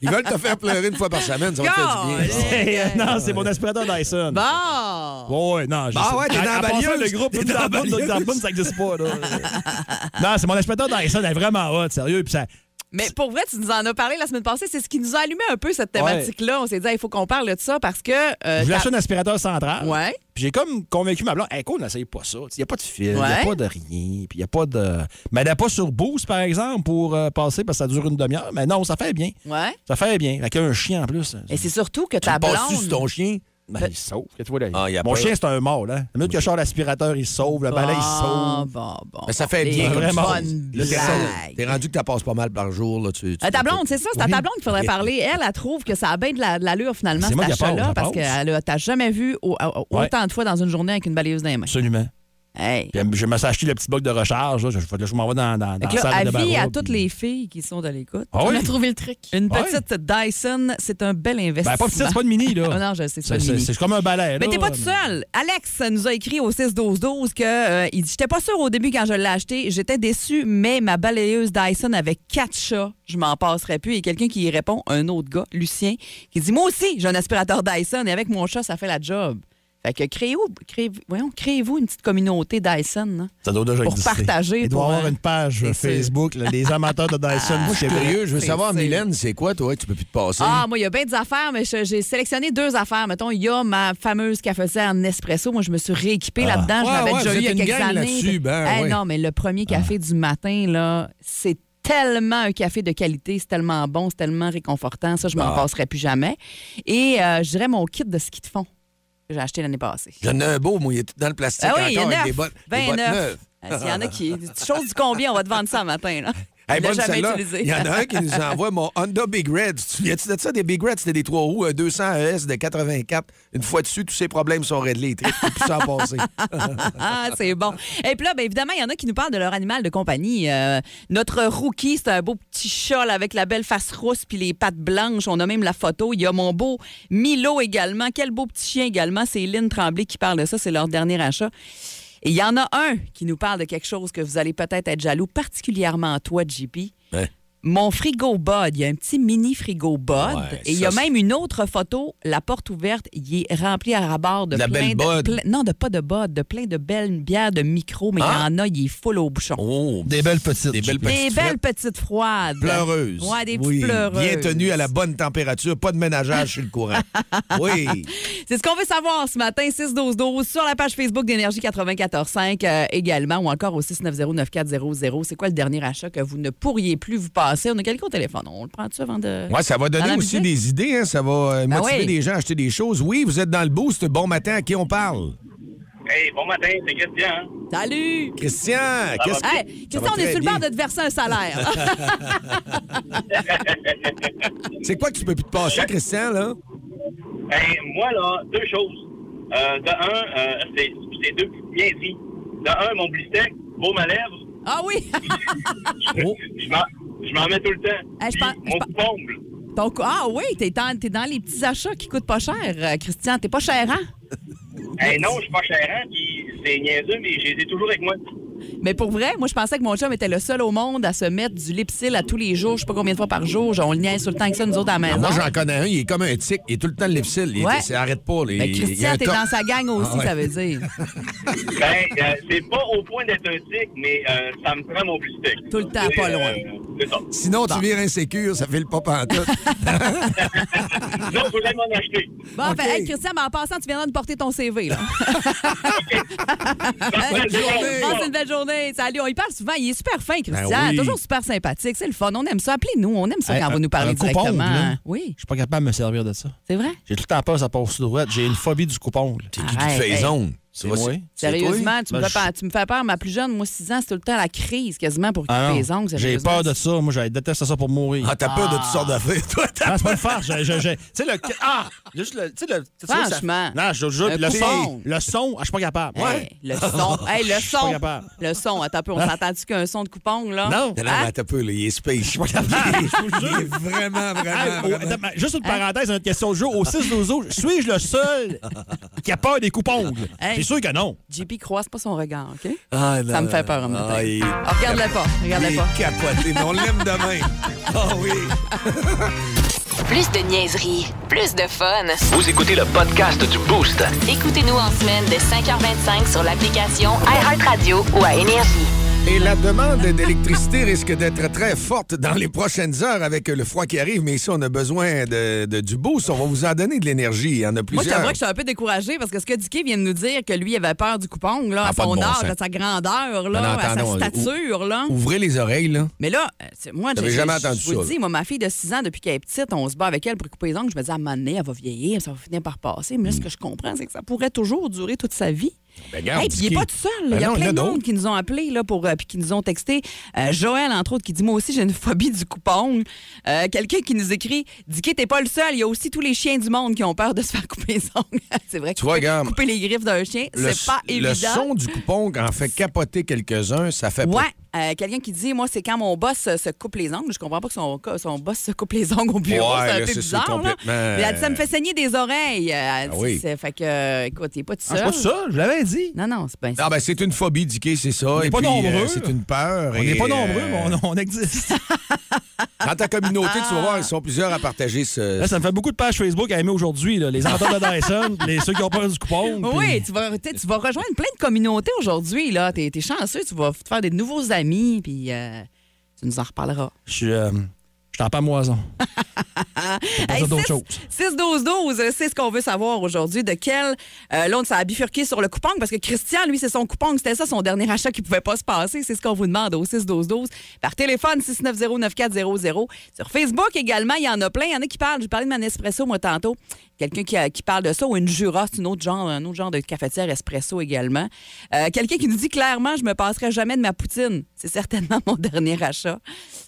[SPEAKER 3] Ils veulent te faire pleurer une fois par semaine. Ça va te faire du bien.
[SPEAKER 5] Golly.
[SPEAKER 4] c'est- euh, non, c'est mon aspirateur Dyson.
[SPEAKER 5] Bon!
[SPEAKER 4] Ouais, ouais, non, je
[SPEAKER 3] Ah
[SPEAKER 4] sais.
[SPEAKER 3] ouais, t'es
[SPEAKER 4] À-
[SPEAKER 3] dans
[SPEAKER 4] à
[SPEAKER 3] la
[SPEAKER 4] part ça,
[SPEAKER 3] balieuse.
[SPEAKER 4] Le groupe
[SPEAKER 3] T'es
[SPEAKER 4] Une
[SPEAKER 3] dans la
[SPEAKER 4] dans une,
[SPEAKER 3] balieuse.
[SPEAKER 4] l'autre dans une, ça n'existe pas, là. non, c'est mon aspirateur Dyson, elle est vraiment hot, sérieux. Puis ça.
[SPEAKER 5] Mais pour vrai, tu nous en as parlé la semaine passée. C'est ce qui nous a allumé un peu cette thématique-là. On s'est dit, Ah, il faut qu'on parle de ça parce que. euh,
[SPEAKER 4] Je voulais
[SPEAKER 5] ta-
[SPEAKER 4] acheter un aspirateur central.
[SPEAKER 5] Ouais.
[SPEAKER 4] Puis j'ai comme convaincu ma blonde, hey, qu'on n'essaye pas ça. Il n'y a pas de fil, il n'y
[SPEAKER 5] Ouais.
[SPEAKER 4] a pas de rien. Puis il n'y a pas de. Mais elle n'a pas sur Boost, par exemple, pour euh, passer, parce que ça dure une demi-heure. Mais non, ça fait bien.
[SPEAKER 5] Ouais.
[SPEAKER 4] Ça fait bien. Avec un chien en plus.
[SPEAKER 5] Et c'est surtout que
[SPEAKER 3] Tu
[SPEAKER 5] ta
[SPEAKER 3] passes-tu sur
[SPEAKER 5] blonde.
[SPEAKER 3] ton chien?
[SPEAKER 4] Ben, il sauve. Que tu vois, là,
[SPEAKER 3] Ah, il a
[SPEAKER 4] Mon
[SPEAKER 3] peur.
[SPEAKER 4] chien, c'est un mort. Là. La minute que je sors l'aspirateur, il sauve. Le balai, il
[SPEAKER 5] Ah,
[SPEAKER 4] sauve.
[SPEAKER 5] bon, bon.
[SPEAKER 3] Mais Ben, ça fait
[SPEAKER 5] Les
[SPEAKER 3] bien comme
[SPEAKER 4] vraiment.
[SPEAKER 5] bonnes
[SPEAKER 3] Là, t'es-
[SPEAKER 5] blagues.
[SPEAKER 3] T'es rendu que t'en passes pas mal par jour. Là, tu, tu-
[SPEAKER 5] Euh, ta blonde, c'est ça, c'est à
[SPEAKER 4] Oui.
[SPEAKER 5] ta blonde qu'il faudrait parler. Elle, elle trouve que ça a bien de la- de l'allure finalement,
[SPEAKER 4] C'est
[SPEAKER 5] cet
[SPEAKER 4] moi qui
[SPEAKER 5] achat-là,
[SPEAKER 4] apporte,
[SPEAKER 5] parce
[SPEAKER 4] j'apporte.
[SPEAKER 5] qu'elle a- t'as jamais vu au- au-
[SPEAKER 4] Ouais.
[SPEAKER 5] autant de fois dans une journée avec une balayeuse dans les mains.
[SPEAKER 4] Absolument.
[SPEAKER 5] Hey.
[SPEAKER 4] Puis, euh, je me suis acheté le petit bloc de recharge. Là. Je, je, je m'en vais dans, dans, dans
[SPEAKER 5] Fait que
[SPEAKER 4] la
[SPEAKER 5] là,
[SPEAKER 4] salle de
[SPEAKER 5] avis
[SPEAKER 4] bain.
[SPEAKER 5] à toutes les filles qui sont à l'écoute.
[SPEAKER 4] Ah oui?
[SPEAKER 5] On a trouvé le truc. Une
[SPEAKER 4] Ouais.
[SPEAKER 5] petite Dyson, c'est un bel investissement.
[SPEAKER 4] Ben, pas petit, c'est pas de mini. là.
[SPEAKER 5] Ah non, je sais, c'est pas
[SPEAKER 4] C'est-
[SPEAKER 5] une
[SPEAKER 4] C'est
[SPEAKER 5] mini.
[SPEAKER 4] c'est comme un balai.
[SPEAKER 5] Mais
[SPEAKER 4] là.
[SPEAKER 5] t'es pas tout seul. Alex nous a écrit au 6-12-12 que euh, il dit J'étais pas sûr au début quand je l'ai acheté, j'étais déçu, mais ma balayeuse Dyson avec quatre chats, je m'en passerais plus. Et quelqu'un qui y répond, un autre gars, Lucien, qui dit Moi aussi, j'ai un aspirateur Dyson et avec mon chat, ça fait la job. Fait que créez-vous, créez, voyons, créez-vous une petite communauté Dyson. hein.
[SPEAKER 4] Ça doit déjà
[SPEAKER 5] Pour
[SPEAKER 4] exister.
[SPEAKER 5] partager,
[SPEAKER 4] Il doit
[SPEAKER 5] pour,
[SPEAKER 4] avoir
[SPEAKER 5] euh,
[SPEAKER 4] une page
[SPEAKER 5] c'est sûr.
[SPEAKER 4] Facebook, là, les amateurs de Dyson. du Québec.
[SPEAKER 3] Curieux, je veux
[SPEAKER 5] C'est-
[SPEAKER 3] savoir,
[SPEAKER 5] c'est-
[SPEAKER 3] Mylène, c'est quoi, toi? Tu peux plus te passer.
[SPEAKER 5] Ah, moi, il y a bien des affaires, mais je- j'ai sélectionné deux affaires. Mettons, il y a ma fameuse cafetière Nespresso. Moi, je me suis rééquipée là-dedans.
[SPEAKER 3] Ah. Ouais,
[SPEAKER 5] je l'avais
[SPEAKER 3] ouais,
[SPEAKER 5] déjà
[SPEAKER 3] vous
[SPEAKER 5] eu il y a
[SPEAKER 3] êtes une
[SPEAKER 5] quelques
[SPEAKER 3] gang
[SPEAKER 5] années.
[SPEAKER 3] là-dessus, ben,
[SPEAKER 5] Hey,
[SPEAKER 3] ouais. Ah.
[SPEAKER 5] Non, mais le premier café du matin, là, c'est tellement un café de qualité, c'est tellement bon,
[SPEAKER 3] Ah.
[SPEAKER 5] c'est tellement réconfortant. Ça, je m'en passerai plus jamais. Et euh, je dirais mon kit de ski de fond. que j'ai acheté l'année passée.
[SPEAKER 3] J'en ai un beau, moi, il est tout dans le plastique
[SPEAKER 5] Ah oui, il y
[SPEAKER 3] encore
[SPEAKER 5] en a
[SPEAKER 3] avec
[SPEAKER 5] neuf.
[SPEAKER 3] des bottes, des bottes
[SPEAKER 5] 29.
[SPEAKER 3] neuves.
[SPEAKER 5] Ah, S'il y en a qui. Chose du combien, on va te vendre ça un matin. Là.
[SPEAKER 3] Hey,
[SPEAKER 5] Il l'a
[SPEAKER 3] bonne
[SPEAKER 5] jamais
[SPEAKER 3] celle-là.
[SPEAKER 5] utilisé.
[SPEAKER 3] Il y en a un qui nous envoie mon Honda Big Red. Tu te souviens-tu de ça? Des Big Red, c'était des trois roues, un 200 ES de 84. Une fois dessus, tous ces problèmes sont réglés. Il ne plus s'en passer.
[SPEAKER 5] Ah, c'est bon. Et puis là, ben, évidemment, il y en a qui nous parlent de leur animal de compagnie. Euh, notre rookie, c'est un beau petit chat là, avec la belle face rousse puis les pattes blanches. On a même la photo. Il y a mon beau Milo également. Quel beau petit chien également. C'est Lynn Tremblay qui parle de ça. C'est leur dernier achat. Et il y en a un qui nous parle de quelque chose que vous allez peut-être être jaloux, particulièrement toi, JP.
[SPEAKER 3] Ouais.
[SPEAKER 5] Mon frigo bod, il y a un petit mini frigo bod.
[SPEAKER 3] Ouais,
[SPEAKER 5] et il y a
[SPEAKER 3] ça,
[SPEAKER 5] même une autre photo, la porte ouverte, il est rempli à rabord de
[SPEAKER 3] De la
[SPEAKER 5] plein
[SPEAKER 3] belle
[SPEAKER 5] de,
[SPEAKER 3] bod.
[SPEAKER 5] plein- non, de pas de bod, de plein de belles bières de micro, mais il
[SPEAKER 3] Ah.
[SPEAKER 5] y en a, il est full au bouchon.
[SPEAKER 3] Oh,
[SPEAKER 4] Des belles petites.
[SPEAKER 3] Des belles
[SPEAKER 5] Des
[SPEAKER 3] petites
[SPEAKER 5] belles
[SPEAKER 3] frettes
[SPEAKER 5] petites froides.
[SPEAKER 3] pleureuses.
[SPEAKER 5] Ouais, des petites
[SPEAKER 3] Oui,
[SPEAKER 5] pleureuses.
[SPEAKER 3] Hein? Bien tenues à la bonne température, pas de ménageage sur le courant. Oui.
[SPEAKER 5] C'est ce qu'on veut savoir ce matin, 6-12-12, sur la page Facebook d'Énergie 94.5 euh, également, ou encore au 690-9400. C'est quoi le dernier achat que vous ne pourriez plus vous passer? On a quelqu'un au téléphone. On le prend-tu avant de...
[SPEAKER 3] Ouais, ça va
[SPEAKER 5] Dans
[SPEAKER 3] donner
[SPEAKER 5] la
[SPEAKER 3] aussi
[SPEAKER 5] musique?
[SPEAKER 3] des idées. hein. Ça va euh,
[SPEAKER 5] Ben
[SPEAKER 3] motiver
[SPEAKER 5] oui.
[SPEAKER 3] des gens à acheter des choses. Oui, vous êtes dans le boost. Bon matin, à qui on parle?
[SPEAKER 6] Hey, bon matin, c'est Christian. hein?
[SPEAKER 5] Salut!
[SPEAKER 3] Christian, qu'est-ce que...
[SPEAKER 5] Hey,
[SPEAKER 3] Ça
[SPEAKER 5] Christian,
[SPEAKER 3] va
[SPEAKER 5] on est
[SPEAKER 3] très
[SPEAKER 5] sur le
[SPEAKER 3] bien.
[SPEAKER 5] bord de te verser un salaire.
[SPEAKER 3] C'est quoi que tu peux plus te passer, Christian, là?
[SPEAKER 6] Hey, moi, là, deux choses. Euh, de un, euh, c'est c'est deux bien dit. De un, mon bistec, beau ma lèvre,
[SPEAKER 5] ah oui!
[SPEAKER 3] Oh.
[SPEAKER 6] je m'en- je m'en mets tout le temps.
[SPEAKER 5] Hey, Ah, je
[SPEAKER 6] Puis,
[SPEAKER 5] pense- je
[SPEAKER 6] mon
[SPEAKER 5] pense-
[SPEAKER 6] comble.
[SPEAKER 5] Donc, ah oui, t'es dans, t'es dans les petits achats qui coûtent pas cher, euh, Christian. T'es pas cher, hein?
[SPEAKER 6] Hey, non, je suis pas chérant, puis c'est niaiseux, mais je les ai toujours avec moi.
[SPEAKER 5] Mais pour vrai, moi, je pensais que mon chum était le seul au monde à se mettre du lipsil à tous les jours, je sais pas combien de fois par jour. Genre, on le niaise tout le temps que ça, nous autres, à la maison.
[SPEAKER 3] Ah, Moi, j'en connais un, il est comme un tic. Il est tout le temps le lipsil. Il
[SPEAKER 5] Ouais.
[SPEAKER 3] est- ça arrête pas. là. Il-
[SPEAKER 5] Mais
[SPEAKER 3] il y a un
[SPEAKER 5] Christian, t'es
[SPEAKER 3] top.
[SPEAKER 5] dans sa gang aussi,
[SPEAKER 3] Ah ouais.
[SPEAKER 5] ça veut dire.
[SPEAKER 6] Ben, euh, c'est pas au point d'être un tic, mais euh, ça me prend mon bistec.
[SPEAKER 5] Tout le temps,
[SPEAKER 6] C'est,
[SPEAKER 5] pas loin.
[SPEAKER 6] c'est ça.
[SPEAKER 3] Sinon, tu vires insécure, ça fait le pas pantoute.
[SPEAKER 6] Non, faut jamais m'en acheter.
[SPEAKER 5] Bon,
[SPEAKER 3] OK.
[SPEAKER 5] fait, hey, Christian, mais en passant, tu viendras de porter ton CV, là.
[SPEAKER 6] Bonne journée.
[SPEAKER 5] Passe une belle journée. Salut, on y parle souvent. Il est super fin, Christian.
[SPEAKER 3] Ben oui.
[SPEAKER 5] Toujours super sympathique. C'est le fun. On aime ça. Appelez-nous. On aime ça
[SPEAKER 4] Hey,
[SPEAKER 5] quand
[SPEAKER 4] un-
[SPEAKER 5] vous nous parlez
[SPEAKER 4] un coupon,
[SPEAKER 5] directement. hein.
[SPEAKER 4] là.
[SPEAKER 5] Oui,
[SPEAKER 4] Je suis pas capable de me servir de ça.
[SPEAKER 5] c'est vrai.
[SPEAKER 4] J'ai tout le temps peur que ça passe sous droite. J'ai une phobie du coupon. là.
[SPEAKER 3] Qui te
[SPEAKER 5] Arrête,
[SPEAKER 3] fait
[SPEAKER 5] hey.
[SPEAKER 3] zone. Tu vois,
[SPEAKER 4] moi.
[SPEAKER 3] c'est- c'est toi?
[SPEAKER 5] Sérieusement, tu, me
[SPEAKER 4] Ben,
[SPEAKER 5] fais peur, tu me fais peur. Ma plus jeune, moi, 6 ans, c'est tout le temps la crise quasiment pour
[SPEAKER 4] Ah
[SPEAKER 5] couper
[SPEAKER 4] non.
[SPEAKER 5] les ongles.
[SPEAKER 4] J'ai
[SPEAKER 5] sérieusement.
[SPEAKER 4] peur de ça. Moi, je déteste ça pour mourir.
[SPEAKER 3] Ah, t'as peur de toutes sortes d'affaires, toi. t'as-
[SPEAKER 4] Ah, c'est pas une farce. Je- je- je- Tu sais, le. Ah! Juste le. Tu sais, le. tu sais, ça-
[SPEAKER 5] Franchement.
[SPEAKER 4] Non, je te jure.
[SPEAKER 5] Un
[SPEAKER 4] puis Le
[SPEAKER 5] coupon.
[SPEAKER 4] son. Le son. ah, Je suis pas capable.
[SPEAKER 5] Hey,
[SPEAKER 4] Ouais.
[SPEAKER 5] le son. Hey, le
[SPEAKER 4] Je suis pas
[SPEAKER 5] son.
[SPEAKER 4] capable.
[SPEAKER 5] Le son. Attends un peu, on s'entend-tu qu'un son de coupon, là?
[SPEAKER 3] Non,
[SPEAKER 4] Non.
[SPEAKER 3] non,
[SPEAKER 5] Hein?
[SPEAKER 3] mais t'as peur, là, il est space. Je suis pas capable. Il est vraiment,
[SPEAKER 4] Ah,
[SPEAKER 3] vraiment,
[SPEAKER 4] oh,
[SPEAKER 3] vraiment.
[SPEAKER 4] attends, mais juste une parenthèse, à notre question du jour. Au 6 12 autres, suis-je le seul qui a peur des coupons?
[SPEAKER 5] Hey.
[SPEAKER 4] C'est sûr que non.
[SPEAKER 5] JP croise pas son regard, OK?
[SPEAKER 3] Ah, non,
[SPEAKER 5] Ça me fait peur un matin.
[SPEAKER 3] ah, il-
[SPEAKER 5] Ah, regarde-le pas, regarde-le
[SPEAKER 3] il est
[SPEAKER 5] pas.
[SPEAKER 3] capoté, mais on l'aime de même. Ah oui.
[SPEAKER 1] Plus de niaiserie, plus de fun.
[SPEAKER 2] Vous écoutez le podcast du Boost.
[SPEAKER 1] Écoutez-nous en semaine de 5h25 sur l'application iHeartRadio ou à Énergie.
[SPEAKER 3] Et la demande d'électricité risque d'être très forte dans les prochaines heures avec le froid qui arrive. Mais ici, on a besoin de, de- du boost. On va vous en donner de l'énergie. Il y en a
[SPEAKER 5] Moi,
[SPEAKER 3] plusieurs.
[SPEAKER 5] j'aimerais que je suis un peu découragée parce que ce que Dicky vient de nous dire, que lui, il avait peur du coupon, là,
[SPEAKER 3] Ah,
[SPEAKER 5] à
[SPEAKER 3] pas de
[SPEAKER 5] son
[SPEAKER 3] bon
[SPEAKER 5] âge,
[SPEAKER 3] sens.
[SPEAKER 5] à sa grandeur, là,
[SPEAKER 3] Non, non,
[SPEAKER 5] à sa
[SPEAKER 3] attends, non,
[SPEAKER 5] stature, là.
[SPEAKER 3] Ouvrez les oreilles, là.
[SPEAKER 5] Mais là, euh, c'est- moi, j'ai
[SPEAKER 3] T'avais jamais entendu
[SPEAKER 5] je vous le
[SPEAKER 3] ça,
[SPEAKER 5] dis, moi, ma fille de 6 ans, depuis qu'elle est petite, on se bat avec elle pour couper les ongles. Je me dis, à un moment donné, elle va vieillir, ça va finir par passer. Mais là, ce que je comprends, c'est que ça pourrait toujours durer toute sa vie.
[SPEAKER 3] Ben, garde,
[SPEAKER 5] Hey, puis il
[SPEAKER 3] Dicky.
[SPEAKER 5] n'est pas tout seul. là.
[SPEAKER 3] Ben
[SPEAKER 5] il y a
[SPEAKER 3] non, il y en
[SPEAKER 5] plein
[SPEAKER 3] a
[SPEAKER 5] de monde
[SPEAKER 3] d'autres.
[SPEAKER 5] qui nous ont appelés là, pour, euh, puis qui nous ont texté. Euh, Joël, entre autres, qui dit Moi aussi, j'ai une phobie du coupon. Euh, Quelqu'un qui nous écrit Dicky, t'es pas le seul. Il y a aussi tous les chiens du monde qui ont peur de se faire couper les ongles. c'est vrai que
[SPEAKER 3] Tu vois, regarde,
[SPEAKER 5] couper les griffes d'un chien,
[SPEAKER 3] le,
[SPEAKER 5] c'est pas
[SPEAKER 3] le
[SPEAKER 5] évident.
[SPEAKER 3] son du coupon en fait capoter quelques-uns. Ça fait
[SPEAKER 5] Ouais,
[SPEAKER 3] pas-
[SPEAKER 5] euh, quelqu'un qui dit moi c'est quand mon boss euh, se coupe les ongles, je comprends pas que son, co- son boss se coupe les ongles au bureau,
[SPEAKER 3] Ouais,
[SPEAKER 5] c'est un
[SPEAKER 3] là,
[SPEAKER 5] peu
[SPEAKER 3] c'est
[SPEAKER 5] bizarre là.
[SPEAKER 3] complètement-
[SPEAKER 5] Mais elle dit, ça me fait saigner des oreilles. Euh, elle dit,
[SPEAKER 3] oui.
[SPEAKER 5] c'est- fait que euh, écoute, il est pas tout
[SPEAKER 4] Ah,
[SPEAKER 5] seul.
[SPEAKER 4] C'est pas ça, je l'avais dit.
[SPEAKER 5] non non, c'est pas
[SPEAKER 3] Ah, ben, c'est une phobie, Dicky, c'est ça.
[SPEAKER 4] est
[SPEAKER 3] Et
[SPEAKER 4] pas
[SPEAKER 3] puis, euh,
[SPEAKER 4] nombreux.
[SPEAKER 3] c'est une peur.
[SPEAKER 4] On
[SPEAKER 3] et,
[SPEAKER 4] n'est pas
[SPEAKER 3] euh,
[SPEAKER 4] nombreux, mais on, on existe.
[SPEAKER 3] Dans ta communauté, tu vas voir, ils sont plusieurs à partager ce.
[SPEAKER 4] Là, ça me fait beaucoup de pages Facebook à aimer aujourd'hui. là. Les ententes de Dyson, les, ceux qui ont peur du coupon. puis-
[SPEAKER 5] Oui, tu vas, tu tu vas rejoindre plein de communautés aujourd'hui. là. T'es es chanceux, tu vas te faire des nouveaux amis, puis euh, tu nous en reparleras.
[SPEAKER 4] Je suis. euh, je suis en pamoison. Pour
[SPEAKER 5] Hey,
[SPEAKER 4] dire d'autres
[SPEAKER 5] six-
[SPEAKER 4] choses.
[SPEAKER 5] 6-12-12, c'est ce qu'on veut savoir aujourd'hui. De quel. euh, là, on s'est bifurqué sur le coupon parce que Christian, lui, c'est son coupon. C'était ça, son dernier achat qui pouvait pas se passer. C'est ce qu'on vous demande au 6-12-12. Par téléphone, 690-9400. Sur Facebook également, il y en a plein. Il y en a qui parlent. J'ai parlé de mon espresso, moi, tantôt. Quelqu'un qui, a- qui parle de ça ou une Jura, c'est une autre genre, un autre genre de cafetière espresso également. Euh, Quelqu'un qui nous dit clairement, je me passerai jamais de ma poutine. C'est certainement mon dernier achat.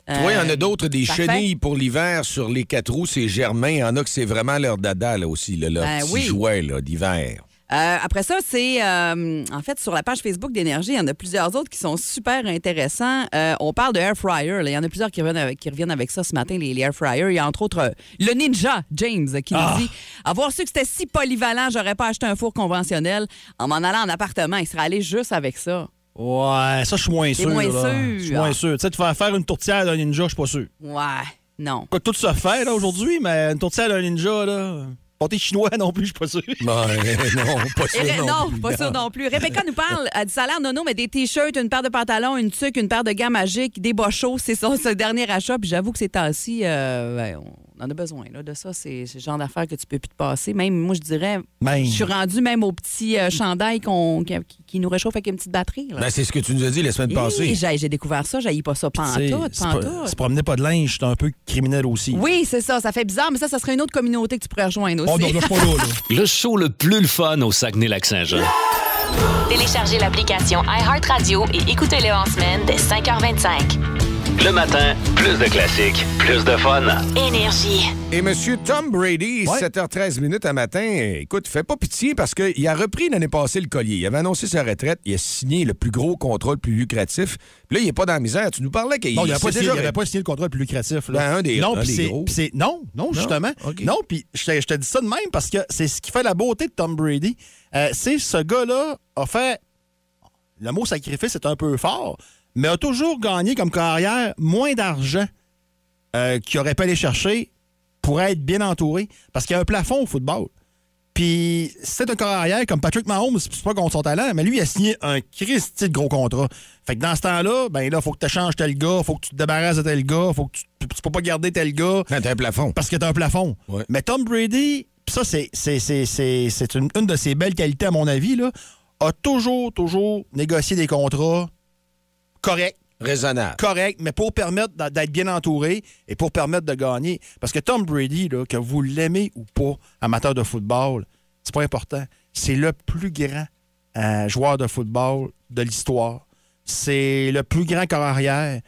[SPEAKER 3] Tu vois, il y en
[SPEAKER 5] Euh,
[SPEAKER 3] a d'autres, des
[SPEAKER 5] parfait.
[SPEAKER 3] chenilles pour l'hiver sur les quatre roues, c'est Germain. Il y en a que c'est vraiment leur dada, là aussi, là, leur
[SPEAKER 5] Ben
[SPEAKER 3] petit
[SPEAKER 5] oui.
[SPEAKER 3] jouet là, d'hiver.
[SPEAKER 5] Euh, après ça, c'est euh, en fait sur la page Facebook d'Énergie, il y en a plusieurs autres qui sont super intéressants. Euh, on parle de air fryer. là. Il y en a plusieurs qui reviennent avec, qui reviennent avec ça ce matin, les, les air fryers. Il y a entre autres euh, le ninja James euh, qui nous dit avoir su que c'était si polyvalent, j'aurais pas acheté un four conventionnel. En m'en allant en appartement, il serait allé juste avec ça.
[SPEAKER 4] Ouais, ça, je suis moins
[SPEAKER 5] T'es
[SPEAKER 4] sûr.
[SPEAKER 5] moins
[SPEAKER 4] là.
[SPEAKER 5] sûr,
[SPEAKER 4] Je suis moins
[SPEAKER 5] ah.
[SPEAKER 4] sûr. Tu sais, te faire faire une tourtière d'un ninja, je suis pas sûr.
[SPEAKER 5] Ouais, non.
[SPEAKER 4] Quoi que tout se fait, là, aujourd'hui, mais une tourtière d'un ninja, là. Pâté chinois non plus, je suis pas sûr.
[SPEAKER 3] Ouais, Ben, non, pas sûr
[SPEAKER 5] Et Ré-
[SPEAKER 3] non,
[SPEAKER 5] non,
[SPEAKER 3] plus.
[SPEAKER 5] pas ça non plus. Rebecca nous parle euh, du salaire nono, mais des t-shirts, une paire de pantalons, une tuque, une paire de gants magiques, des bochos, c'est son ce dernier achat. Puis j'avoue que ces temps-ci, euh, ben, on en a besoin. Là, de ça, c'est c'est le genre d'affaires que tu peux plus te passer. Même, moi, je dirais,
[SPEAKER 4] Même.
[SPEAKER 5] je suis rendu même au petit euh, chandail qu'on- qui, qui nous réchauffe avec une petite batterie. là.
[SPEAKER 3] Ben, c'est ce que tu nous as dit la semaine
[SPEAKER 5] Hi,
[SPEAKER 3] passée.
[SPEAKER 5] j'ai j'ai découvert ça, j'ai pas ça
[SPEAKER 4] Tu sais,
[SPEAKER 5] pantoute,
[SPEAKER 4] se pro-
[SPEAKER 5] pantoute.
[SPEAKER 4] Se promener pas de linge, c'est un peu criminel aussi.
[SPEAKER 5] Oui, c'est ça, ça fait bizarre, mais ça, ça serait une autre communauté que tu pourrais rejoindre aussi.
[SPEAKER 4] Bon, Oh, donc, là, je suis pas là, là.
[SPEAKER 2] Le show le plus le fun au Saguenay-Lac-Saint-Jean.
[SPEAKER 1] Téléchargez l'application iHeartRadio et écoutez-le en semaine dès 5h25.
[SPEAKER 2] Le matin, plus de classiques, plus de fun.
[SPEAKER 1] Énergie.
[SPEAKER 3] Et Monsieur Tom Brady, 7h13 minutes à matin, écoute, fais pas pitié parce qu'il a repris l'année passée le collier. Il avait annoncé sa retraite, il a signé le plus gros contrat le plus lucratif. Puis là, il est pas dans la misère. Tu nous parlais qu'il
[SPEAKER 4] Non, il n'aurait
[SPEAKER 3] s'est
[SPEAKER 4] pas, signé-
[SPEAKER 3] déjà
[SPEAKER 4] il aurait pas signé le contrat le plus lucratif. Là.
[SPEAKER 3] Ben, un des-
[SPEAKER 4] non,
[SPEAKER 3] un
[SPEAKER 4] puis
[SPEAKER 3] des
[SPEAKER 4] c'est-
[SPEAKER 3] gros.
[SPEAKER 4] puis c'est- non, non, justement.
[SPEAKER 3] OK.
[SPEAKER 4] Non, puis je te, je te dis ça de même parce que c'est ce qui fait la beauté de Tom Brady. Euh, c'est ce gars-là a fait. Le mot sacrifice est un peu fort, mais a toujours gagné comme carrière moins d'argent euh, qu'il aurait pu aller chercher pour être bien entouré. Parce qu'il y a un plafond au football. Puis c'est un carrière comme Patrick Mahomes, c'est pas contre son talent, mais lui, il a signé un Christi de gros contrat. Fait que dans ce temps-là, ben là, faut que tu changes tel gars, faut que tu te débarrasses de tel gars, faut que tu, tu peux pas garder tel gars
[SPEAKER 3] Non, t'as un plafond.
[SPEAKER 4] parce que t'as un plafond.
[SPEAKER 3] Ouais.
[SPEAKER 4] Mais Tom Brady, pis ça, c'est, c'est, c'est, c'est, c'est une, une de ses belles qualités, à mon avis, là, a toujours, toujours négocié des contrats corrects
[SPEAKER 3] Raisonnable.
[SPEAKER 4] correct, mais pour permettre d'a- d'être bien entouré et pour permettre de gagner. Parce que Tom Brady, là, que vous l'aimez ou pas, amateur de football, c'est pas important. C'est le plus grand euh, joueur de football de l'histoire. C'est le plus grand corps arrière.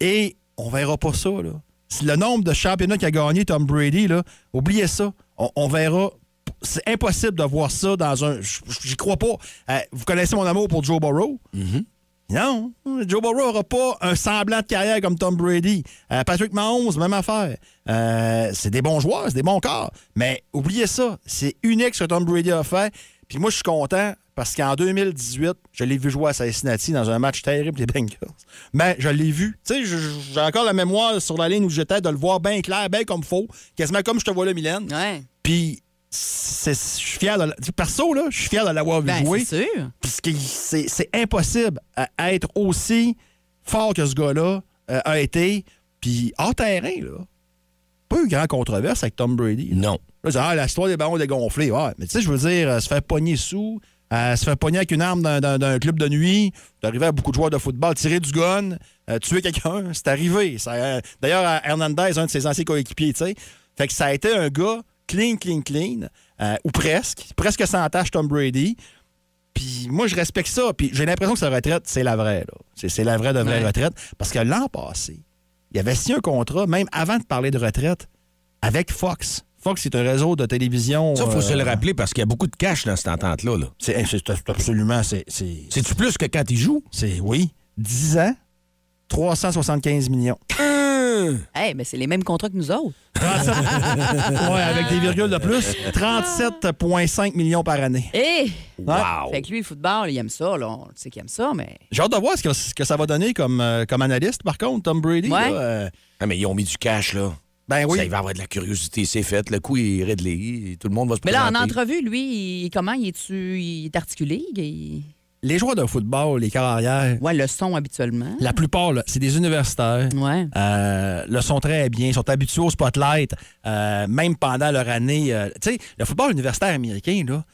[SPEAKER 4] Et on verra pas ça. Là. C'est Le nombre de championnats qu'a gagné Tom Brady, là, oubliez ça. On, on verra. C'est impossible de voir ça dans un. j- J'y crois pas. Euh, vous connaissez mon amour pour Joe Burrow? Non, Joe Burrow n'aura pas un semblant de carrière comme Tom Brady. Euh, Patrick Mahomes, même affaire. Euh, c'est des bons joueurs, c'est des bons corps. Mais oubliez ça, c'est unique ce que Tom Brady a fait. Puis moi, je suis content parce qu'en 2018, je l'ai vu jouer à Cincinnati dans un match terrible des Bengals. Mais je l'ai vu. Tu sais, je- je- j'ai encore la mémoire sur la ligne où j'étais de le voir bien clair, bien comme faux, quasiment comme je te vois là, Mylène.
[SPEAKER 5] Ouais.
[SPEAKER 4] Puis, c'est- je suis fier de... la- Perso, là, je suis fier de l'avoir vu
[SPEAKER 5] Ben,
[SPEAKER 4] jouer.
[SPEAKER 5] c'est sûr.
[SPEAKER 4] Parce que c'est c'est impossible à être aussi fort que ce gars-là euh, a été. Puis hors terrain, là, pas eu grand controverse avec Tom Brady.
[SPEAKER 3] Non.
[SPEAKER 4] Là, c'est, ah, la histoire des barons dégonflés. Ouais. Mais tu sais, je veux dire, euh, se faire pogner sous, euh, se faire pogner avec une arme d'un, d'un- d'un club de nuit, c'est arrivé à beaucoup de joueurs de football, tirer du gun, euh, tuer quelqu'un, c'est arrivé. Ça, euh, d'ailleurs, à Hernandez, un de ses anciens coéquipiers, tu sais. Fait que ça a été un gars clean, clean, clean, euh, ou presque, presque sans tâche Tom Brady. Puis moi, je respecte ça. Puis j'ai l'impression que sa retraite, c'est la vraie. là. C'est, c'est la vraie de vraie
[SPEAKER 5] Ouais.
[SPEAKER 4] retraite. Parce que l'an passé, il avait signé un contrat, même avant de parler de retraite, avec Fox. Fox, c'est un réseau de télévision.
[SPEAKER 3] Ça, faut
[SPEAKER 4] euh,
[SPEAKER 3] se le rappeler parce qu'il y a beaucoup de cash dans cette entente-là. là.
[SPEAKER 4] C'est, eh, c'est- c'est absolument. C'est, c'est,
[SPEAKER 3] C'est-tu plus que quand il joue?
[SPEAKER 4] c'est- oui. 10 ans, 375 millions.
[SPEAKER 5] Eh, mais c'est les mêmes contrats que nous autres.
[SPEAKER 4] ouais, avec des virgules de plus. 37,5 millions par année.
[SPEAKER 5] Eh!
[SPEAKER 4] Wow.
[SPEAKER 5] Fait que lui, le football, il aime ça. Là, on le sait qu'il aime ça, mais.
[SPEAKER 4] J'ai hâte de voir ce que, ce que ça va donner comme, euh, comme analyste, par contre, Tom Brady.
[SPEAKER 5] Ouais.
[SPEAKER 4] là, euh,
[SPEAKER 3] Ah, mais ils ont mis du cash, là.
[SPEAKER 4] ben oui.
[SPEAKER 3] Ça, il va y avoir de la curiosité, c'est fait. Le coup est réglé. Tout le monde va se
[SPEAKER 5] Mais là, en
[SPEAKER 3] présenter.
[SPEAKER 5] entrevue, lui, il, comment? Il est-tu. Il est articulé? Il-
[SPEAKER 4] Les joueurs de football, les carrières,
[SPEAKER 5] Ouais, le son habituellement.
[SPEAKER 4] la plupart, là, c'est des universitaires.
[SPEAKER 5] Ouais.
[SPEAKER 4] Euh, le sont très bien, ils sont habitués au spotlight, euh, même pendant leur année. euh, tu sais, le football universitaire américain, là,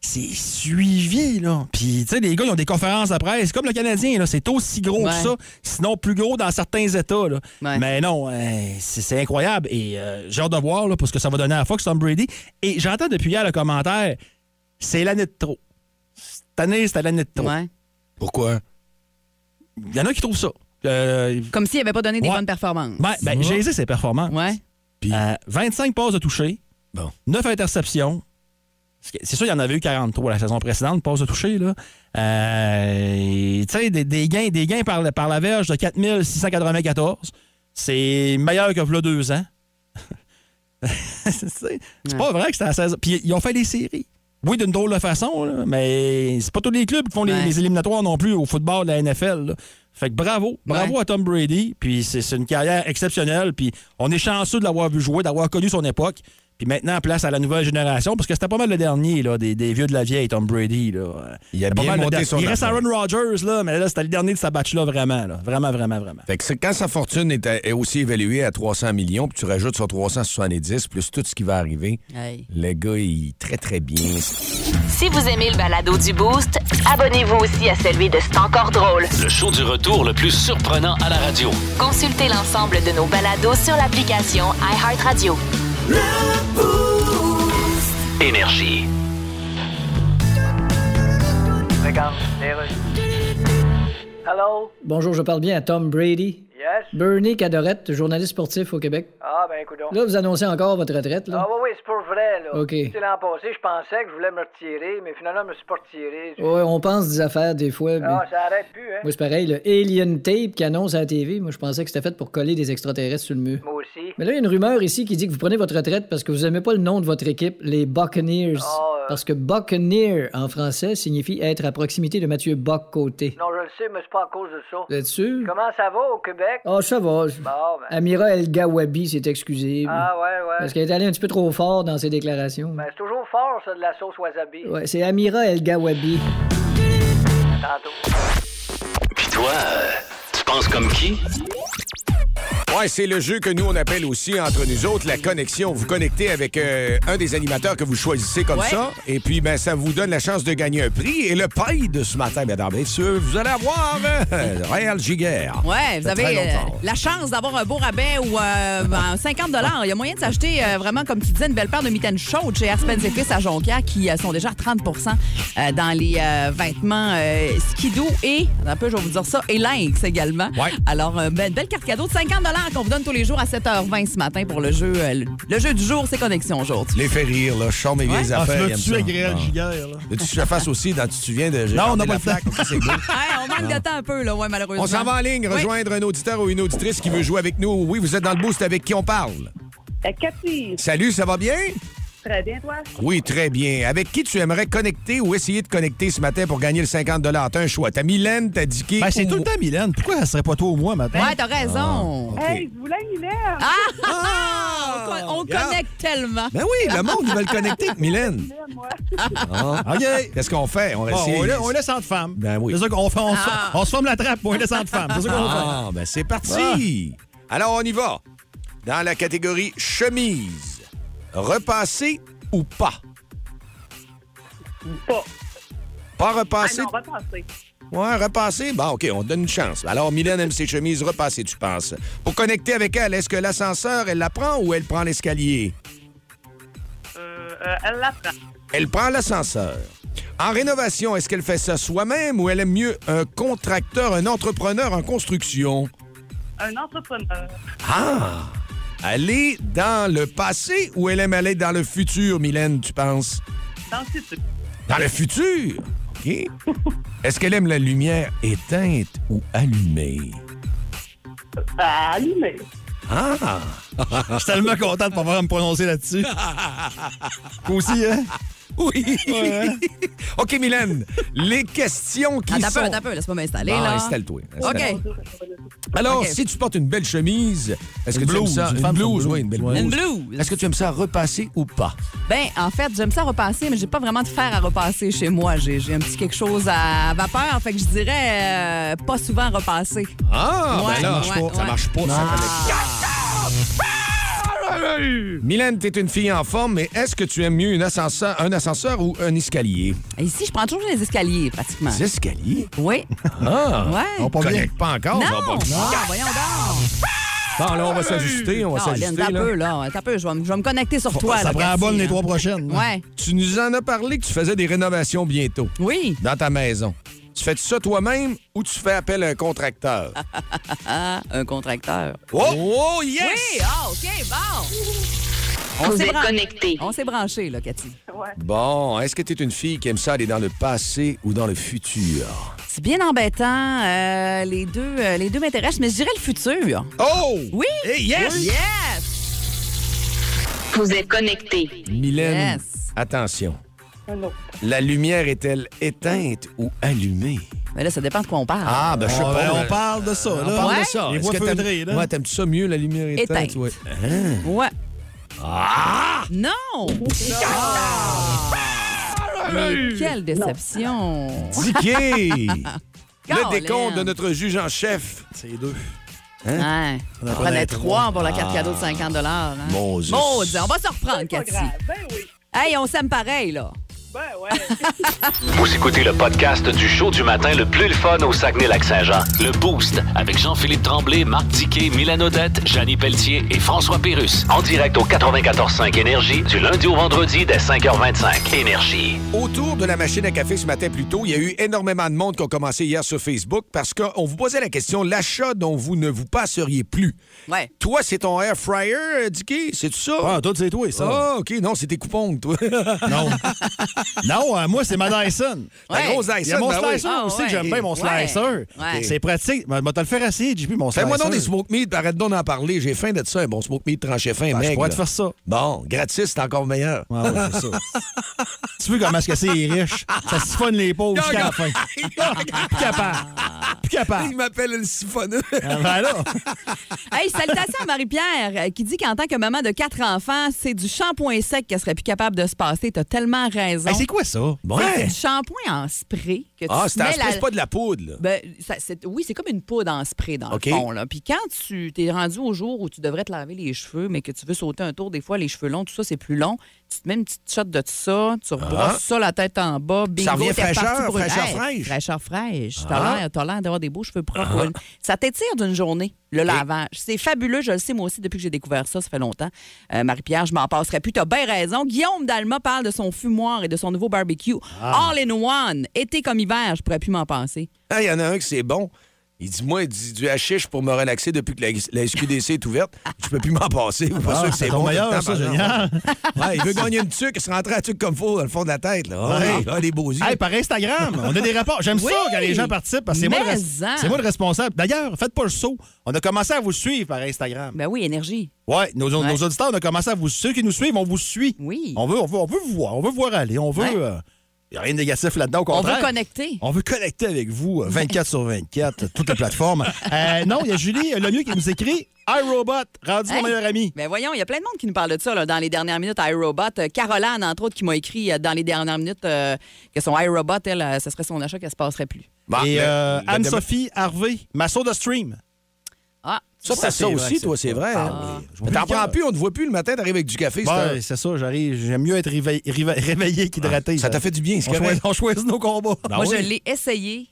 [SPEAKER 4] c'est suivi, là. Puis, tu sais, les gars, ils ont des conférences de presse. Comme le Canadien, là, c'est aussi gros
[SPEAKER 5] Ouais.
[SPEAKER 4] que ça, sinon plus gros dans certains États, là.
[SPEAKER 5] Ouais.
[SPEAKER 4] Mais non, euh, c'est c'est incroyable. Et euh, j'ai hâte de voir, là, pour ce que ça va donner à Fox, Tom Brady. Et j'entends depuis hier le commentaire, c'est l'année de trop. Cette année, c'est l'année de trop.
[SPEAKER 5] Ouais.
[SPEAKER 3] Pourquoi?
[SPEAKER 4] Il y en a qui trouvent ça. Euh,
[SPEAKER 5] Comme s'il n'avait pas donné des
[SPEAKER 4] Ouais.
[SPEAKER 5] bonnes performances.
[SPEAKER 4] ben, ben, j'ai aisé ses performances.
[SPEAKER 5] Ouais.
[SPEAKER 3] Puis-
[SPEAKER 4] Euh, 25 passes de toucher,
[SPEAKER 3] Bon.
[SPEAKER 4] 9 interceptions. C'est c'est sûr, il y en avait eu 43 la saison précédente, passes de toucher. Là. Euh, tu sais, des, des gains, des gains par, la- par la verge de 4694. C'est meilleur que v'là deux ans. c'est c'est pas vrai que c'est à 16 Puis ils ont fait des séries. Oui, d'une drôle de façon, là, mais c'est pas tous les clubs qui font les-
[SPEAKER 5] Ouais.
[SPEAKER 4] les, éliminatoires non plus au football de la NFL. là. Fait que bravo, bravo
[SPEAKER 5] Ouais.
[SPEAKER 4] à Tom Brady. Puis c'est c'est une carrière exceptionnelle. Puis on est chanceux de l'avoir vu jouer, d'avoir connu son époque. Puis maintenant, place à la nouvelle génération, parce que c'était pas mal le dernier là, des, des vieux de la vieille, Tom Brady. Là.
[SPEAKER 3] Il a
[SPEAKER 4] C'était pas
[SPEAKER 3] bien
[SPEAKER 4] mal le
[SPEAKER 3] monté
[SPEAKER 4] dernier.
[SPEAKER 3] son
[SPEAKER 4] Il reste
[SPEAKER 3] affaire.
[SPEAKER 4] Aaron Rodgers, là, mais là, c'était le dernier de sa batch-là, vraiment. Là. Vraiment, vraiment, vraiment.
[SPEAKER 3] Fait que c'est- quand sa fortune est, à- est aussi évaluée à 300 millions, puis tu rajoutes sur 370 plus tout ce qui va arriver,
[SPEAKER 5] Hey.
[SPEAKER 3] le gars, il est très, très bien.
[SPEAKER 1] Si vous aimez le balado du Boost, abonnez-vous aussi à celui de C'est encore drôle.
[SPEAKER 2] Le show du retour le plus surprenant à la radio.
[SPEAKER 1] Consultez l'ensemble de nos balados sur l'application iHeartRadio.
[SPEAKER 2] Énergie.
[SPEAKER 7] Hello?
[SPEAKER 8] Bonjour, je parle bien à Tom Brady.
[SPEAKER 7] Yes?
[SPEAKER 8] Bernie Cadorette, journaliste sportif au Québec.
[SPEAKER 7] Ah, ben, écoute
[SPEAKER 8] Là, vous annoncez encore votre retraite,
[SPEAKER 7] Ah,
[SPEAKER 8] là?
[SPEAKER 7] oui, oui, c'est pour vrai, là.
[SPEAKER 8] OK.
[SPEAKER 7] C'est l'an passé, je pensais que je voulais me retirer, mais finalement, je me suis pas retiré.
[SPEAKER 8] Ouais, on pense des affaires des fois, mais...
[SPEAKER 7] Ah, ça arrête plus, hein?
[SPEAKER 8] Moi, c'est pareil, le Alien Tape qui annonce à la TV, moi, je pensais que c'était fait pour coller des extraterrestres sur le mur.
[SPEAKER 7] Moi aussi.
[SPEAKER 8] Mais là, il y a une rumeur ici qui dit que vous prenez votre retraite parce que vous aimez pas le nom de votre équipe, les Buccaneers.
[SPEAKER 7] Ah, euh.
[SPEAKER 8] Parce que Buccaneer, en français, signifie être à proximité de Mathieu Bock côté.
[SPEAKER 7] Non, je le sais, mais c'est pas à cause de ça.
[SPEAKER 8] Vous êtes sûr?
[SPEAKER 7] Comment ça va au Québec?
[SPEAKER 8] Ah, ça va.
[SPEAKER 7] Bon, ben.
[SPEAKER 8] Amira El-Gawabi s'est excusée.
[SPEAKER 7] Ah, ouais, ouais.
[SPEAKER 8] Parce qu'elle est allée un petit peu trop fort dans ses déclarations.
[SPEAKER 7] Ben, c'est toujours fort, ça, de la sauce wasabi.
[SPEAKER 8] Ouais, c'est Amira El-Gawabi.
[SPEAKER 7] Tantôt.
[SPEAKER 2] Puis toi, euh, tu penses comme qui?
[SPEAKER 3] Ouais, c'est le jeu que nous, on appelle aussi, entre nous autres, la connexion. Vous connectez avec euh, un des animateurs que vous choisissez comme
[SPEAKER 5] Ouais.
[SPEAKER 3] ça, et puis, ben, ça vous donne la chance de gagner un prix. Et le paille de ce matin, mesdames et messieurs, vous allez avoir euh, Réal Giguère.
[SPEAKER 5] Ouais, vous
[SPEAKER 3] Ça fait très
[SPEAKER 5] avez euh,
[SPEAKER 3] longtemps.
[SPEAKER 5] la chance d'avoir un beau rabais ou euh, ben, 50 Il y a moyen de s'acheter euh, vraiment, comme tu disais, une belle paire de mitaines chaudes chez Aspen Fils à Jonquière qui euh, sont déjà à 30 euh, dans les euh, vêtements euh, skidoo et, un peu, je vais vous dire ça, et lynx également.
[SPEAKER 3] Ouais.
[SPEAKER 5] Alors, euh, ben, une belle carte cadeau de 50 qu'on vous donne tous les jours à 7h20 ce matin pour le jeu, euh, le- le jeu du jour, c'est Connexion aujourd'hui.
[SPEAKER 3] Les fait rire, là. Je sors mes vieilles affaires. il aime ça. Ah.
[SPEAKER 4] là?
[SPEAKER 3] Veux-tu que je le fasse aussi, dans, tu te souviens de...
[SPEAKER 4] Non, on n'a pas
[SPEAKER 3] la
[SPEAKER 4] le temps.
[SPEAKER 3] plaque. Ok, c'est beau.
[SPEAKER 5] Ouais, on manque de temps un peu, là, ouais, malheureusement.
[SPEAKER 3] Ah. On s'en va en ligne,
[SPEAKER 5] Oui.
[SPEAKER 3] rejoindre un auditeur ou une auditrice qui veut jouer avec nous. Oui, vous êtes dans le boost avec qui on parle.
[SPEAKER 9] Euh, Cathy,
[SPEAKER 3] Salut, ça va bien?
[SPEAKER 9] très bien, toi?
[SPEAKER 3] Oui, très bien. Avec qui tu aimerais connecter ou essayer de connecter ce matin pour gagner le 50 T'as un choix. T'as Mylène, t'as Dicky.
[SPEAKER 4] Ben, c'est
[SPEAKER 3] ou-
[SPEAKER 4] tout le temps Mylène. Pourquoi elle serait pas toi au moi maintenant?
[SPEAKER 5] Ouais, t'as raison.
[SPEAKER 3] OK.
[SPEAKER 9] Hey, je voulais une air.
[SPEAKER 4] Ah!
[SPEAKER 5] On,
[SPEAKER 3] Ah!
[SPEAKER 5] on
[SPEAKER 3] Regarde.
[SPEAKER 5] connecte tellement.
[SPEAKER 3] Ben oui, le monde, il veut le connecter avec Mylène.
[SPEAKER 9] moi.
[SPEAKER 3] Ah.
[SPEAKER 4] OK.
[SPEAKER 3] Qu'est-ce qu'on fait? On va
[SPEAKER 4] Bon,
[SPEAKER 3] essayer.
[SPEAKER 4] on, laisse, on laisse entre femmes.
[SPEAKER 3] Ben oui.
[SPEAKER 4] C'est ça qu'on fait.
[SPEAKER 5] Ah.
[SPEAKER 4] On, se- on se forme la trappe, on laisse entre femmes. C'est ça qu'on fait.
[SPEAKER 3] Ah, ben c'est parti! Ah. Alors, on y va. Dans la catégorie chemise, repasser ou pas?
[SPEAKER 9] Pas.
[SPEAKER 3] Pas
[SPEAKER 9] Ah
[SPEAKER 3] repasser?
[SPEAKER 9] non, repasser.
[SPEAKER 3] ouais, repasser? Bon, OK, on te donne une chance. Alors, Mylène aime ses chemises repassées, tu penses. Pour connecter avec elle, est-ce que l'ascenseur, elle la prend ou elle prend l'escalier?
[SPEAKER 9] Euh, euh, elle l'apprend.
[SPEAKER 3] Elle prend l'ascenseur. En rénovation, est-ce qu'elle fait ça soi-même ou elle aime mieux un contracteur, un entrepreneur en construction?
[SPEAKER 9] Un entrepreneur.
[SPEAKER 3] Ah! Aller dans le passé ou elle aime aller dans le futur, Mylène, tu penses?
[SPEAKER 9] Dans le futur.
[SPEAKER 3] Dans le futur? OK. Est-ce qu'elle aime la lumière éteinte ou allumée?
[SPEAKER 9] Ah, allumé.
[SPEAKER 3] Ah!
[SPEAKER 4] Je suis tellement content de pouvoir me prononcer là-dessus. Toi aussi, hein?
[SPEAKER 3] Oui!
[SPEAKER 4] Ouais, hein?
[SPEAKER 3] OK, Mylène, les questions qui
[SPEAKER 5] Attends un
[SPEAKER 3] sont...
[SPEAKER 5] peu, attends un peu, laisse-moi m'installer,
[SPEAKER 3] Bon,
[SPEAKER 5] là.
[SPEAKER 3] installe-toi.
[SPEAKER 5] OK.
[SPEAKER 3] installe-toi. Alors,
[SPEAKER 5] OK.
[SPEAKER 3] si tu portes une belle chemise, est-ce que
[SPEAKER 4] Une
[SPEAKER 3] tu aimes
[SPEAKER 4] blouse,
[SPEAKER 3] ça?
[SPEAKER 4] une femme sur blouse.
[SPEAKER 3] oui, une belle
[SPEAKER 4] Ouais.
[SPEAKER 3] blouse.
[SPEAKER 5] Une blouse.
[SPEAKER 3] Est-ce que tu aimes ça repasser ou pas?
[SPEAKER 5] Ben, en fait, j'aime ça repasser, mais j'ai pas vraiment de fer à repasser chez moi. J'ai j'ai un petit quelque chose à vapeur, fait que je dirais euh, pas souvent repasser.
[SPEAKER 3] Ah,
[SPEAKER 5] Ouais,
[SPEAKER 3] ben là,
[SPEAKER 5] ouais, Ah.
[SPEAKER 3] ça marche pas. Ça marche pas,
[SPEAKER 5] ouais.
[SPEAKER 3] ça connecte. Pareil! Mylène, t'es une fille en forme, mais est-ce que tu aimes mieux une ascenseur- un ascenseur ou un escalier?
[SPEAKER 5] Ici, je prends toujours les escaliers, pratiquement.
[SPEAKER 3] Les escaliers?
[SPEAKER 5] Oui.
[SPEAKER 3] Ah!
[SPEAKER 5] Ouais.
[SPEAKER 4] On
[SPEAKER 3] On
[SPEAKER 4] pas bien.
[SPEAKER 3] connecte pas encore.
[SPEAKER 5] non!
[SPEAKER 3] ça va pas-
[SPEAKER 5] Ah, voyons donc!
[SPEAKER 3] Bon, là, on va s'ajuster, on va
[SPEAKER 5] Ah, Lynn,
[SPEAKER 3] s'ajuster.
[SPEAKER 5] t'as
[SPEAKER 3] là.
[SPEAKER 5] peu, là. T'as peu. Je vais me- je vais me connecter sur toi.
[SPEAKER 4] Ça
[SPEAKER 5] là,
[SPEAKER 4] prend la
[SPEAKER 5] Cathy,
[SPEAKER 4] bonne les
[SPEAKER 5] là.
[SPEAKER 4] trois prochaines.
[SPEAKER 5] Ouais.
[SPEAKER 3] Tu nous en as parlé que tu faisais des rénovations bientôt
[SPEAKER 5] Oui.
[SPEAKER 3] dans ta maison. Tu fais ça toi-même ou tu fais appel à un contracteur?
[SPEAKER 5] Ah, un contracteur.
[SPEAKER 3] Oh, oh, yes!
[SPEAKER 5] Oui! Ah, OK, bon! On
[SPEAKER 1] Vous
[SPEAKER 5] s'est
[SPEAKER 1] êtes
[SPEAKER 5] branché.
[SPEAKER 1] connecté.
[SPEAKER 5] On s'est branché, là, Cathy.
[SPEAKER 3] Bon, est-ce que t'es une fille qui aime ça aller dans le passé ou dans le futur?
[SPEAKER 5] C'est bien embêtant. euh, les deux, euh, les deux m'intéressent, mais je dirais le futur.
[SPEAKER 3] Oh!
[SPEAKER 5] Oui.
[SPEAKER 3] Eh, yes!
[SPEAKER 5] Oui. Yes!
[SPEAKER 1] Vous êtes connecté.
[SPEAKER 3] Mylène,
[SPEAKER 5] Yes.
[SPEAKER 3] attention. La lumière est-elle éteinte ou allumée?
[SPEAKER 5] Mais là, ça dépend de quoi on parle.
[SPEAKER 3] Ah, ben je sais
[SPEAKER 4] On,
[SPEAKER 3] pas.
[SPEAKER 4] on parle de ça,
[SPEAKER 3] On
[SPEAKER 4] là.
[SPEAKER 3] parle
[SPEAKER 5] Ouais.
[SPEAKER 3] de ça.
[SPEAKER 4] Les
[SPEAKER 3] Est-ce
[SPEAKER 4] voix hein?
[SPEAKER 3] que t'aimes-
[SPEAKER 4] feutrées, là.
[SPEAKER 3] Ouais, t'aimes ça mieux, la lumière éteinte?
[SPEAKER 5] Éteinte.
[SPEAKER 3] ouais.
[SPEAKER 5] Ouais. Non!
[SPEAKER 3] Oh!
[SPEAKER 5] Ah! Mais quelle déception!
[SPEAKER 3] Dicky!
[SPEAKER 5] Colin.
[SPEAKER 3] le
[SPEAKER 5] hein.
[SPEAKER 3] décompte de notre juge en chef.
[SPEAKER 4] C'est deux.
[SPEAKER 5] Ouais. On
[SPEAKER 4] en
[SPEAKER 5] prenait
[SPEAKER 4] prenait
[SPEAKER 5] trois pour la carte cadeau de 50 hein.
[SPEAKER 3] Ah. Mon Dieu.
[SPEAKER 5] Bon, Dieu, on va se reprendre,
[SPEAKER 9] Pas
[SPEAKER 5] Cathy.
[SPEAKER 9] grave. Ben oui.
[SPEAKER 5] Hey, on s'aime pareil, là.
[SPEAKER 9] Ben ouais.
[SPEAKER 2] Vous écoutez le podcast du show du matin le plus le fun au Saguenay-Lac-Saint-Jean. Le Boost avec Jean-Philippe Tremblay, Marc Diquet, Milan Odette, Janine Pelletier et François Pérus. En direct au 94.5 Énergie du lundi au vendredi dès 5h25. Énergie.
[SPEAKER 3] Autour de la machine à café ce matin plus tôt, il y a eu énormément de monde qui ont commencé hier sur Facebook parce qu'on vous posait la question l'achat dont vous ne vous passeriez plus.
[SPEAKER 5] Ouais.
[SPEAKER 3] Toi, c'est ton air fryer, euh, Dicky? C'est ça?
[SPEAKER 4] Ah, toi, c'est toi, ça.
[SPEAKER 3] Ah, OK. Non, c'est tes coupons, toi.
[SPEAKER 4] Non. non, euh, moi, c'est ma Dyson.
[SPEAKER 5] Ouais.
[SPEAKER 3] La grosse
[SPEAKER 4] Il y
[SPEAKER 3] Dyson.
[SPEAKER 4] a mon
[SPEAKER 3] ben oui.
[SPEAKER 4] slicer
[SPEAKER 5] Ah,
[SPEAKER 4] aussi,
[SPEAKER 5] ouais.
[SPEAKER 4] que j'aime bien mon
[SPEAKER 5] Ouais.
[SPEAKER 4] slicer.
[SPEAKER 5] Ouais.
[SPEAKER 4] C'est pratique. Ben, ben, t'as le faire essayer, JP, mon slicer.
[SPEAKER 3] Fais-moi donc des smoke meat, puis arrête donc d'en parler. J'ai faim de ça, un bon smoke meat tranché fin,
[SPEAKER 4] Ben,
[SPEAKER 3] mec.
[SPEAKER 4] je pourrais te faire ça.
[SPEAKER 3] Bon, gratis, c'est encore meilleur.
[SPEAKER 4] Ah ouais, c'est ça. tu veux comment est-ce que c'est riche? Ça siphonne les pauvres jusqu'à la fin. Plus capable. Plus capable.
[SPEAKER 3] Il m'appelle le siphonneux.
[SPEAKER 4] Ah, ben là.
[SPEAKER 5] Hey, salutations à Marie-Pierre, euh, qui dit qu'en tant que maman de quatre enfants, c'est du shampoing sec qu'elle serait plus capable de se passer. T'as tellement raison.
[SPEAKER 4] Hey, c'est quoi ça?
[SPEAKER 3] Bon.
[SPEAKER 5] C'est du shampoing en spray que tu
[SPEAKER 3] Ah, c'est
[SPEAKER 5] mets
[SPEAKER 3] un espèce
[SPEAKER 5] la-
[SPEAKER 3] pas de la poudre, là.
[SPEAKER 5] Ben, ça- c'est- oui, c'est comme une poudre en spray dans
[SPEAKER 3] OK.
[SPEAKER 5] le fond. Là. Puis quand tu t'es rendu au jour où tu devrais te laver les cheveux, mais que tu veux sauter un tour, des fois, les cheveux longs, tout ça, c'est plus long, tu te mets une petite shot de ça, tu rebrosses ça, la tête en bas, bingo,
[SPEAKER 3] Ah. revient
[SPEAKER 5] t'es reparti
[SPEAKER 3] fraîcheur,
[SPEAKER 5] pour une-
[SPEAKER 3] fraîcheur fraîche. Ah.
[SPEAKER 5] Fraîcheur fraîche. T'as l'air- T'as l'air d'avoir des beaux cheveux propres. ouais. Ça t'étire d'une journée, le lavage. C'est fabuleux, je le sais, moi aussi, depuis que j'ai découvert ça, ça fait longtemps. Euh, Marie-Pierre, je m'en passerai plus. T'as bien raison. Guillaume Dalma parle de son fumoir et de son nouveau barbecue. All in one, été comme hiver, je pourrais plus m'en passer.
[SPEAKER 3] Ah, il y en a un qui c'est bon. Il dit, moi, il dit du hashish pour me relaxer depuis que la, la SQDC est ouverte. Je peux plus m'en passer. Vous pas sûr que Ah, c'est
[SPEAKER 4] ton
[SPEAKER 3] bon.
[SPEAKER 4] meilleur,
[SPEAKER 3] tout le temps,
[SPEAKER 4] ça,
[SPEAKER 3] par
[SPEAKER 4] génial.
[SPEAKER 3] exemple. Ouais, il veut gagner une tuque, il se rentrer à la tuque comme faut dans le fond de la tête. Là. Ouais, ah, les beaux yeux.
[SPEAKER 4] Hey, par Instagram, on a des rapports. J'aime
[SPEAKER 5] Oui.
[SPEAKER 4] ça quand les gens participent parce que c'est moi, le
[SPEAKER 5] Mais
[SPEAKER 4] res-
[SPEAKER 5] en.
[SPEAKER 4] c'est moi le responsable. D'ailleurs, faites pas le saut. On a commencé à vous suivre par Instagram.
[SPEAKER 5] Ben oui, énergie.
[SPEAKER 4] Ouais, nos, nos
[SPEAKER 5] Ouais.
[SPEAKER 4] auditeurs, on a commencé à vous Ceux qui nous suivent, on vous suit.
[SPEAKER 5] Oui.
[SPEAKER 4] On veut, on veut, on veut vous voir. On veut vous voir aller. On veut.
[SPEAKER 5] Ouais.
[SPEAKER 4] Il n'y a rien de négatif là-dedans. Au
[SPEAKER 5] On
[SPEAKER 4] contraire.
[SPEAKER 5] veut connecter.
[SPEAKER 4] On veut connecter avec vous euh, 24 sur 24, euh, toutes les plateformes. Euh, non, il y a Julie euh, Lemieux qui nous écrit iRobot, rendu mon
[SPEAKER 5] Hey.
[SPEAKER 4] meilleur ami.
[SPEAKER 5] Mais Ben voyons, il y a plein de monde qui nous parle de ça là, dans les dernières minutes à iRobot. Euh, Caroline, entre autres, qui m'a écrit euh, dans les dernières minutes euh, que son iRobot, elle, euh, ce serait son achat qu'elle se passerait plus.
[SPEAKER 3] Bon, ben,
[SPEAKER 4] Et
[SPEAKER 3] mais-
[SPEAKER 4] euh,
[SPEAKER 3] mais-
[SPEAKER 4] Anne-Sophie Harvey, ma soda stream.
[SPEAKER 5] Ah,
[SPEAKER 3] Ça, t'as
[SPEAKER 4] Ouais, c'est
[SPEAKER 3] ça
[SPEAKER 4] vrai
[SPEAKER 3] aussi,
[SPEAKER 4] que
[SPEAKER 3] toi,
[SPEAKER 4] c'est
[SPEAKER 3] c'est
[SPEAKER 4] pas-
[SPEAKER 3] vrai. Ben,
[SPEAKER 4] Ah
[SPEAKER 3] hein?
[SPEAKER 4] oui,
[SPEAKER 3] Mais
[SPEAKER 4] j'oublie
[SPEAKER 3] T'en
[SPEAKER 4] le cœur.
[SPEAKER 3] prends plus, on te voit plus le matin, t'arrives avec du café. c'est un-
[SPEAKER 4] Ouais, c'est ça, j'arrive. J'aime mieux être réveillé, réveillé, qu'hydraté.
[SPEAKER 3] ça t'a fait du bien, c'est
[SPEAKER 4] on choisit,
[SPEAKER 3] correct.
[SPEAKER 4] on choisit nos combats.
[SPEAKER 5] moi, je l'ai essayé.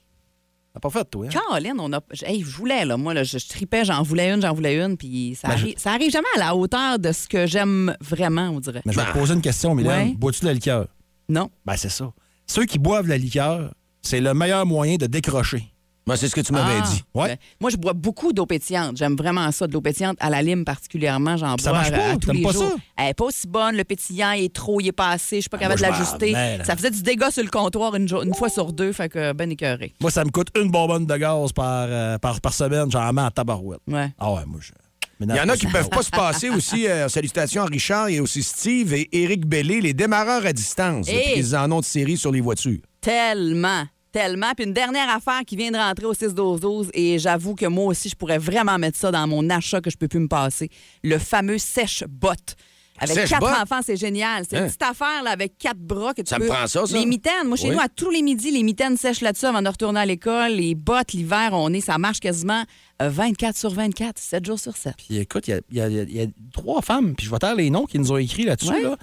[SPEAKER 4] T'as pas fait, toi. hein?
[SPEAKER 5] Caroline, on a. j- Hey, je voulais, là. Moi, là, je, je tripais, j'en voulais une, j'en voulais une. Puis
[SPEAKER 4] Ben,
[SPEAKER 5] ça, arrive, ça arrive jamais à la hauteur de ce que j'aime vraiment, on dirait.
[SPEAKER 4] Mais je vais te poser une question, Mylène.
[SPEAKER 5] Ouais.
[SPEAKER 4] Bois-tu de la liqueur?
[SPEAKER 5] Non.
[SPEAKER 4] Ben, c'est ça. Ceux qui boivent de la liqueur, c'est le meilleur moyen de décrocher.
[SPEAKER 3] Moi, c'est ce que tu m'avais
[SPEAKER 5] Ah.
[SPEAKER 3] dit.
[SPEAKER 4] Ouais.
[SPEAKER 5] Ben, moi, je bois beaucoup d'eau pétillante. J'aime vraiment ça, de l'eau pétillante à la lime particulièrement. J'en bois euh,
[SPEAKER 4] ça marche pas?
[SPEAKER 5] à tous
[SPEAKER 4] T'aimes
[SPEAKER 5] les
[SPEAKER 4] pas
[SPEAKER 5] jours.
[SPEAKER 4] ça? Ah,
[SPEAKER 5] Elle est pas aussi bonne. Le pétillant il est trop, il est pas assez. Je suis pas capable
[SPEAKER 4] moi,
[SPEAKER 5] de
[SPEAKER 4] je
[SPEAKER 5] l'ajuster.
[SPEAKER 4] m'en mêle.
[SPEAKER 5] Ça faisait du dégât sur le comptoir une, jo- une fois sur deux. Fait que ben écœuré.
[SPEAKER 4] Moi, ça me coûte une bonbonne de gaz par, euh, par, par semaine. J'en mets en tabarouette.
[SPEAKER 5] Ouais.
[SPEAKER 4] Ah ouais, moi, je...
[SPEAKER 3] Il y en a qui peuvent pas se passer aussi. euh, salutations à Richard et aussi Steve et Éric Bellé, les démarreurs à distance.
[SPEAKER 5] Hey!
[SPEAKER 3] Depuis qu'ils en ont de série sur les voitures.
[SPEAKER 5] Tellement. Tellement. Puis une dernière affaire qui vient de rentrer au 6-12-12, et j'avoue que moi aussi, je pourrais vraiment mettre ça dans mon achat que je peux plus me passer. Le fameux sèche-botte. Avec
[SPEAKER 3] Sèche
[SPEAKER 5] quatre
[SPEAKER 3] bottes?
[SPEAKER 5] enfants, c'est génial. C'est
[SPEAKER 3] Hein?
[SPEAKER 5] une petite affaire là, avec quatre bras que tu
[SPEAKER 3] Ça me
[SPEAKER 5] peux-
[SPEAKER 3] prend ça, ça.
[SPEAKER 5] Les mitaines. Moi, chez
[SPEAKER 3] Oui.
[SPEAKER 5] nous, à tous les midis, les mitaines sèchent là-dessus avant de retourner à l'école. Les bottes, l'hiver, on est, ça marche quasiment euh, 24 sur 24, 7 jours sur 7.
[SPEAKER 6] Puis écoute, il y a, il y a- il y a- il y a trois femmes, puis je vais taire les noms qui nous ont écrit là-dessus.
[SPEAKER 5] Ouais.
[SPEAKER 6] Là.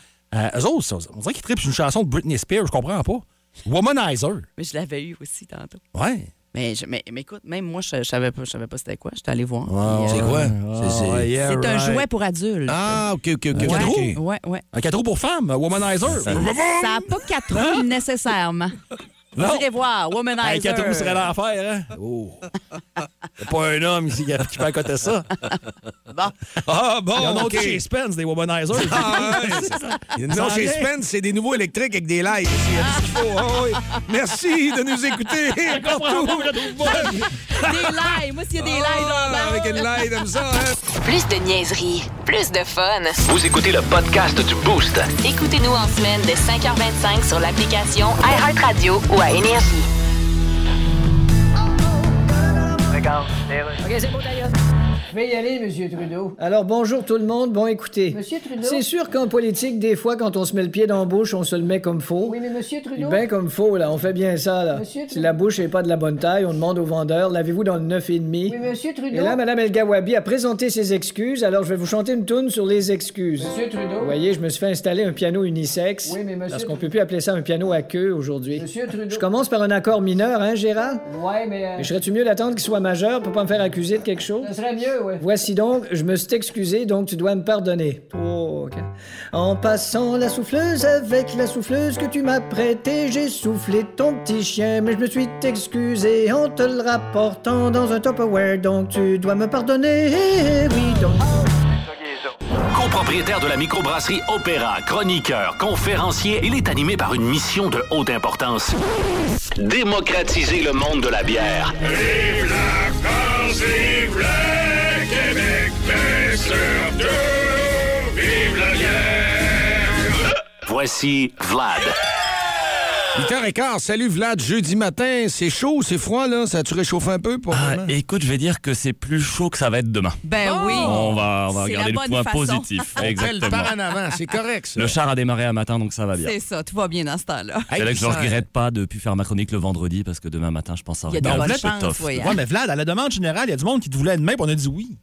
[SPEAKER 6] Euh, eux autres, ça, on dirait qu'ils trippent sur une chanson de Britney Spears, je comprends pas. Womanizer.
[SPEAKER 5] Mais je l'avais eu aussi tantôt.
[SPEAKER 6] Ouais.
[SPEAKER 5] Mais, je- mais, mais écoute, même moi, je, je savais pas, je savais pas c'était quoi. J'étais allé voir.
[SPEAKER 4] Ah
[SPEAKER 5] Puis, euh,
[SPEAKER 3] C'est quoi? C'est- c'est-
[SPEAKER 5] C'est un jouet pour adultes.
[SPEAKER 3] Ah, OK,
[SPEAKER 6] Euh,
[SPEAKER 3] OK, OK.
[SPEAKER 5] ouais.
[SPEAKER 3] OK.
[SPEAKER 5] Ouais, ouais.
[SPEAKER 6] Un cadeau pour femmes, un Womanizer.
[SPEAKER 4] Bah,
[SPEAKER 5] Ça n'a pas quatre
[SPEAKER 4] Hein?
[SPEAKER 5] roues nécessairement. Vous
[SPEAKER 6] Non.
[SPEAKER 5] irez voir,
[SPEAKER 6] Un
[SPEAKER 5] Womanizer.
[SPEAKER 6] quatre roues serait l'enfer, hein? Oh. Y a pas un homme ici qui qui peut accoter ça.
[SPEAKER 3] Ah, bon,
[SPEAKER 6] Il y en a
[SPEAKER 3] OK.
[SPEAKER 6] autre chez hein. Spence, des Womanizers.
[SPEAKER 3] Ah, ouais, c'est ça. Non,
[SPEAKER 6] Ça
[SPEAKER 3] chez
[SPEAKER 6] enlève.
[SPEAKER 3] Spence, c'est des nouveaux électriques avec des lights. Il y a du qu'il faut. Ah, oui. Merci de nous écouter. partout.
[SPEAKER 5] Des lives. Moi, s'il y a des lives
[SPEAKER 3] Ah,
[SPEAKER 5] en bas.
[SPEAKER 3] avec une light comme ça. hein.
[SPEAKER 1] Plus de niaiserie, plus de fun.
[SPEAKER 2] Vous écoutez le podcast du Boost.
[SPEAKER 1] Écoutez-nous en semaine de 5h25 sur l'application iHeartRadio ou à Énergie.
[SPEAKER 10] OK, c'est bon, d'ailleurs.
[SPEAKER 8] Je vais y aller, Monsieur Trudeau. Alors, bonjour tout le monde. Bon, écoutez.
[SPEAKER 7] Monsieur Trudeau.
[SPEAKER 8] C'est sûr qu'en politique, des fois, quand on se met le pied dans la bouche, on se le met comme faux.
[SPEAKER 7] Oui, mais Monsieur Trudeau. Eh ben,
[SPEAKER 8] Bien comme faux, là. On fait bien ça, là.
[SPEAKER 7] Monsieur Trudeau.
[SPEAKER 8] Si la bouche n'est pas de la bonne taille, on demande au vendeur, l'avez-vous dans le 9,5?
[SPEAKER 7] Oui, Monsieur Trudeau.
[SPEAKER 8] Et là, Mme El-Gawabi a présenté ses excuses, alors je vais vous chanter une toune sur les excuses.
[SPEAKER 7] Monsieur Trudeau.
[SPEAKER 8] Vous voyez, je me suis fait installer un piano unisexe.
[SPEAKER 7] Oui, mais monsieur
[SPEAKER 8] Parce qu'on
[SPEAKER 7] Trudeau.
[SPEAKER 8] peut plus appeler ça un piano à queue aujourd'hui.
[SPEAKER 7] Monsieur Trudeau.
[SPEAKER 8] Je commence par un accord mineur, hein, Gérard?
[SPEAKER 7] Ouais, mais. euh,
[SPEAKER 8] Mais serais-tu mieux d'attendre qu'il soit majeur pour pas me faire accuser de quelque chose?
[SPEAKER 7] Ce serait mieux, ouais.
[SPEAKER 8] Voici donc, je me suis excusé, donc tu dois me pardonner. Oh, ok. En passant la souffleuse avec la souffleuse que tu m'as prêtée, j'ai soufflé ton petit chien, mais je me suis excusé en te le rapportant dans un Tupperware, donc tu dois me pardonner. Eh, Oui, donc.
[SPEAKER 2] Copropriétaire de la microbrasserie Opéra, chroniqueur, conférencier, il est animé par une mission de haute importance. Démocratiser le monde de la bière. Voici Vlad.
[SPEAKER 3] 8h15, salut Vlad, jeudi matin. C'est chaud, c'est froid, là? Ça tu réchauffe un peu? Pas
[SPEAKER 4] Ah,
[SPEAKER 3] vraiment?
[SPEAKER 4] écoute, je vais dire que c'est plus chaud que ça va être demain.
[SPEAKER 5] Ben oui.
[SPEAKER 4] On va, on va
[SPEAKER 5] C'est
[SPEAKER 4] regarder
[SPEAKER 5] la
[SPEAKER 4] le
[SPEAKER 5] bonne
[SPEAKER 4] point
[SPEAKER 5] façon.
[SPEAKER 4] positif.
[SPEAKER 3] Belle
[SPEAKER 4] Exactement.
[SPEAKER 3] part en avant, c'est correct, ça.
[SPEAKER 4] Le char a démarré un matin, donc ça va bien.
[SPEAKER 5] C'est ça, tout va bien dans ce temps-là.
[SPEAKER 4] C'est là que je ne
[SPEAKER 6] Ah,
[SPEAKER 3] ça-
[SPEAKER 4] regrette pas de ne plus faire ma chronique le vendredi parce que demain matin, je pense que ça
[SPEAKER 5] Il
[SPEAKER 4] aurait
[SPEAKER 5] y a de
[SPEAKER 4] été un
[SPEAKER 5] bonnes
[SPEAKER 4] peu
[SPEAKER 5] chances,
[SPEAKER 4] tough.
[SPEAKER 5] oui. hein.
[SPEAKER 6] Ouais, mais Vlad, à la demande générale, il y a du monde qui te voulait demain, puis on a dit oui.